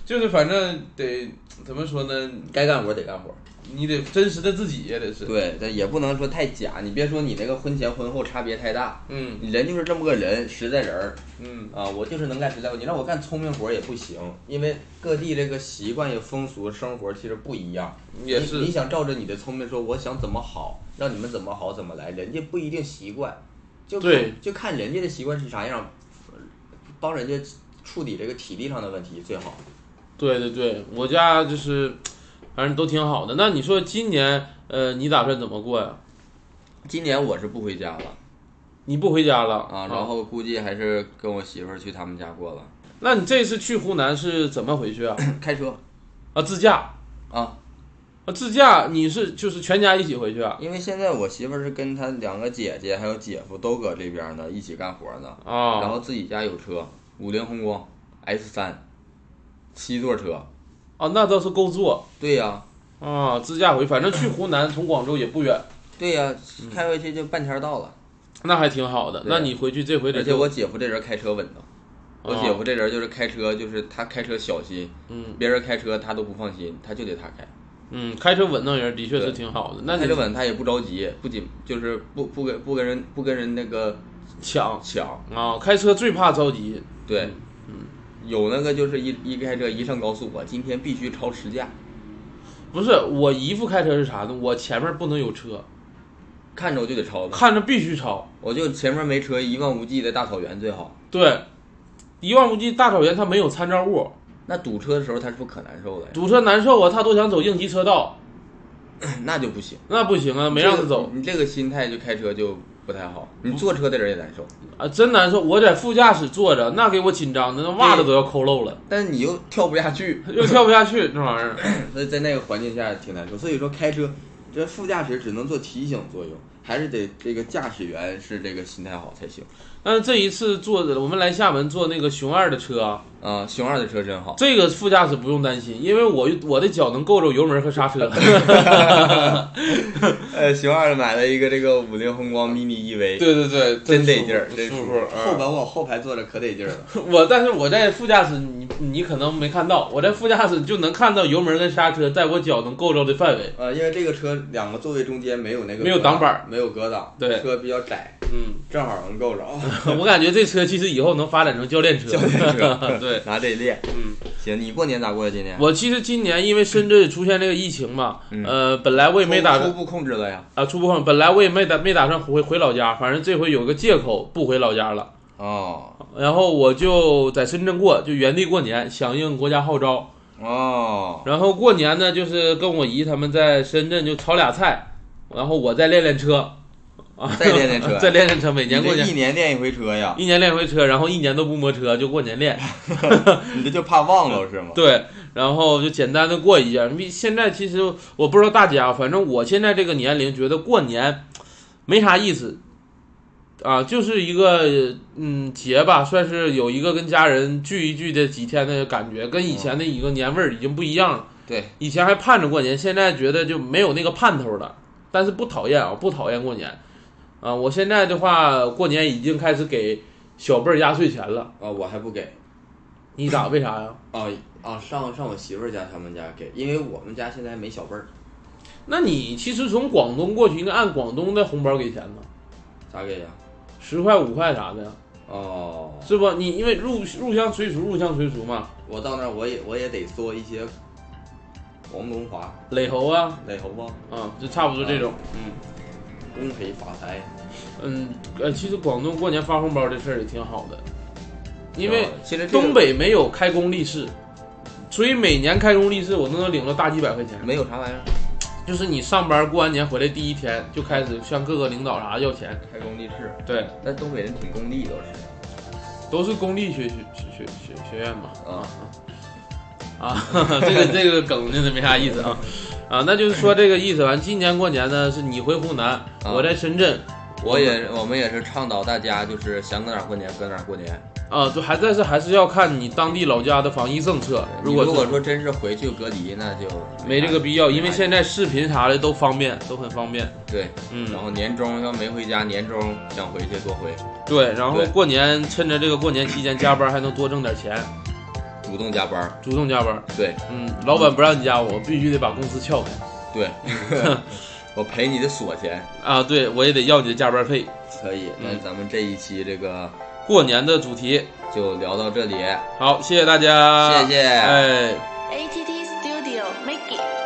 A: 就是反正得怎么说呢，
C: 该干活得干活。
A: 你得真实的自己也得是，
C: 对，但也不能说太假，你别说你那个婚前婚后差别太大，
A: 嗯
C: 人就是这么个人，实在人儿。
A: 嗯。
C: 啊，我就是能干实在活，你让我干聪明活儿也不行，因为各地这个习惯呀、风俗、生活其实不一样。
A: 也
C: 你
A: 是
C: 你想照着你的聪明说，我想怎么好，让你们怎么好怎么来，人家不一定习惯，就看
A: 对
C: 就看人家的习惯是啥样，帮人家处理这个体力上的问题最好。
A: 对对对，我家就是，反正都挺好的。那你说今年，呃，你打算怎么过呀？
C: 今年我是不回家了
A: 你不回家了
C: 啊，然后估计还是跟我媳妇儿去他们家过了，
A: 那你这次去湖南是怎么回去啊？
C: 开车
A: 啊，自驾
C: 啊，
A: 啊，自驾，你是就是全家一起回去啊？
C: 因为现在我媳妇儿是跟她两个姐姐还有姐夫都搁这边呢，一起干活呢。然
A: 啊
C: 后自己家有车，五菱宏光 S 三，七座车。
A: 啊，那倒是够坐
C: 对呀、
A: 啊，自驾回，反正去湖南从广州也不远，
C: 对呀、
A: 嗯
C: 开回去就半天到了。
A: 那还挺好的。
C: 对
A: 那你回去这回得
C: 而且
A: 就啊
C: 我姐夫这人开车稳当，
A: 哦
C: 我姐夫这人就是开车，就是他开车小心，
A: 嗯
C: 别人开车他都不放心，他就得他开。
A: 嗯，开车稳当人的确是
C: 对
A: 挺好的。那
C: 开
A: 你
C: 车稳，他也不着急，不紧就是不不跟不跟人不跟人那个
A: 抢
C: 抢。
A: 啊，开车最怕着急，
C: 对，嗯有那个就是一一开车一上高速，我今天必须超时价，
A: 不是我姨夫开车是啥呢？我前面不能有车，
C: 看着我就得超他，
A: 看着必须超。
C: 我就前面没车，一望无际的大草原最好。
A: 对，一望无际大草原，它没有参照物，
C: 那堵车的时候他是不可难受了呀，
A: 堵车难受啊，他都想走应急车道，
C: 那就不行，
A: 那不行啊，没让他走
C: 你这个心态就开车就不太好，你坐车的人也难受，
A: 啊，真难受。我在副驾驶坐着，那给我紧张的，那袜子都要抠漏 了，
C: 但是你又跳不下去，
A: 又跳不下去，那玩意儿。
C: 所以在那个环境下挺难受。所以说开车，这副驾驶只能做提醒作用，还是得这个驾驶员是这个心态好才行。
A: 但是这一次坐的，我们来厦门坐那个熊二的车啊，
C: 啊、熊二的车真好，
A: 这个副驾驶不用担心，因为我我的脚能够着油门和刹车。
C: 呃，熊二买了一个这个五菱宏光 E mini EV，
A: 对对对，
C: 真得劲儿，
A: 舒
C: 真
A: 服
C: 舒
A: 舒
C: 服。后
A: 服。啊
C: 边我后排坐着可得劲儿了，
A: 我但是我在副驾驶，你你可能没看到，我在副驾驶就能看到油门跟刹车在我脚能够着的范围。
C: 呃，因为这个车两个座位中间没有那个
A: 没有挡板儿
C: 没没有隔挡，
A: 对
C: 车比较窄，
A: 嗯，
C: 正好能够着。
A: 我感觉这车其实以后能发展成教练车。
C: 教练 车
A: 对，
C: 拿这练，
A: 嗯，
C: 行，你过年咋过的？今年
A: 我其实今年因为深圳出现这个疫情嘛，呃，本来我也没打
C: 嗯初
A: 算
C: 步控制了呀。
A: 啊，初步控，本来我也没打没打算回回老家，反正这回有个借口不回老家了。
C: 哦
A: 然后我就在深圳过，就原地过年，响应国家号召。
C: 哦，
A: 然后过年呢，就是跟我姨他们在深圳就炒俩菜，然后我再练练车，啊，
C: 再练练车
A: 再练练车，每年过
C: 你这
A: 年
C: 一年练一回车呀，
A: 一年练回车，然后一年都不摸车，就过年 练。
C: 你这就怕忘了是吗？
A: 对，然后就简单的过一下。因为现在其实我不知道大家，反正我现在这个年龄，觉得过年没啥意思啊，就是一个嗯节吧，算是有一个跟家人聚一聚的几天的感觉，跟以前的一个年味儿已经不一样了。
C: 对，
A: 以前还盼着过年，现在觉得就没有那个盼头了。但是不讨厌啊，不讨厌过年啊。我现在的话，过年已经开始给小辈儿压岁钱了。
C: 啊，我还不给。
A: 你咋？为啥呀？
C: 啊啊，上上我媳妇儿家他们家给，因为我们家现在还没小辈儿，
A: 那你其实从广东过去，应该按广东的红包给钱呢，
C: 咋给呀？
A: 十块五块啥的呀，
C: 哦，
A: 是不？你因为入入乡随俗，入乡随俗嘛，
C: 我到那儿我也我也得做一些黄龙华、
A: 垒猴啊，
C: 垒猴嗯吧，
A: 啊，就差不多这种。
C: 恭喜发财。
A: 嗯，呃，其实广东过年发红包这事儿也挺好的，因为
C: 其实这个
A: 东北没有开工利是，所以每年开工利是我都能领到大几百块钱。
C: 没有啥玩意儿，
A: 就是你上班过完年回来第一天就开始向各个领导啥要钱，
C: 开工地市，
A: 对，
C: 但东北人挺功利都是
A: 都是公立学学学学学院嘛。
C: 啊。
A: 啊， 这个这个梗真是没啥意思啊， 啊，那就是说这个意思。完，今年过年呢是你回湖南，我在深圳，
C: 我也我们也是倡导大家就是想搁哪儿过年搁哪儿过年。
A: 啊，就还但是还是要看你当地老家的防疫政策。
C: 如
A: 果
C: 果
A: 是
C: 说真是回去隔离，那就
A: 没这个必要，因为现
C: 在
A: 在视频啥的都方便，都很方便。
C: 对，
A: 嗯
C: 然，后年终要没回家，年终想回去多回，
A: 对，然后
C: 对
A: 过年趁着这个过年期间加班还能多挣点钱，
C: 主动加班儿。
A: 主动加班。
C: 对
A: 嗯，老板不让你加，我必须得把公司撬开
C: 对，我赔你的锁钱。
A: 啊！对，我也得要你的加班费。
C: 可以，那
A: 嗯
C: 咱们这一期这个
A: 过年的主题，
C: 就聊到这里，
A: 好，谢谢大家，
C: 谢谢。
A: 哎。
D: ATT Studio Mickey。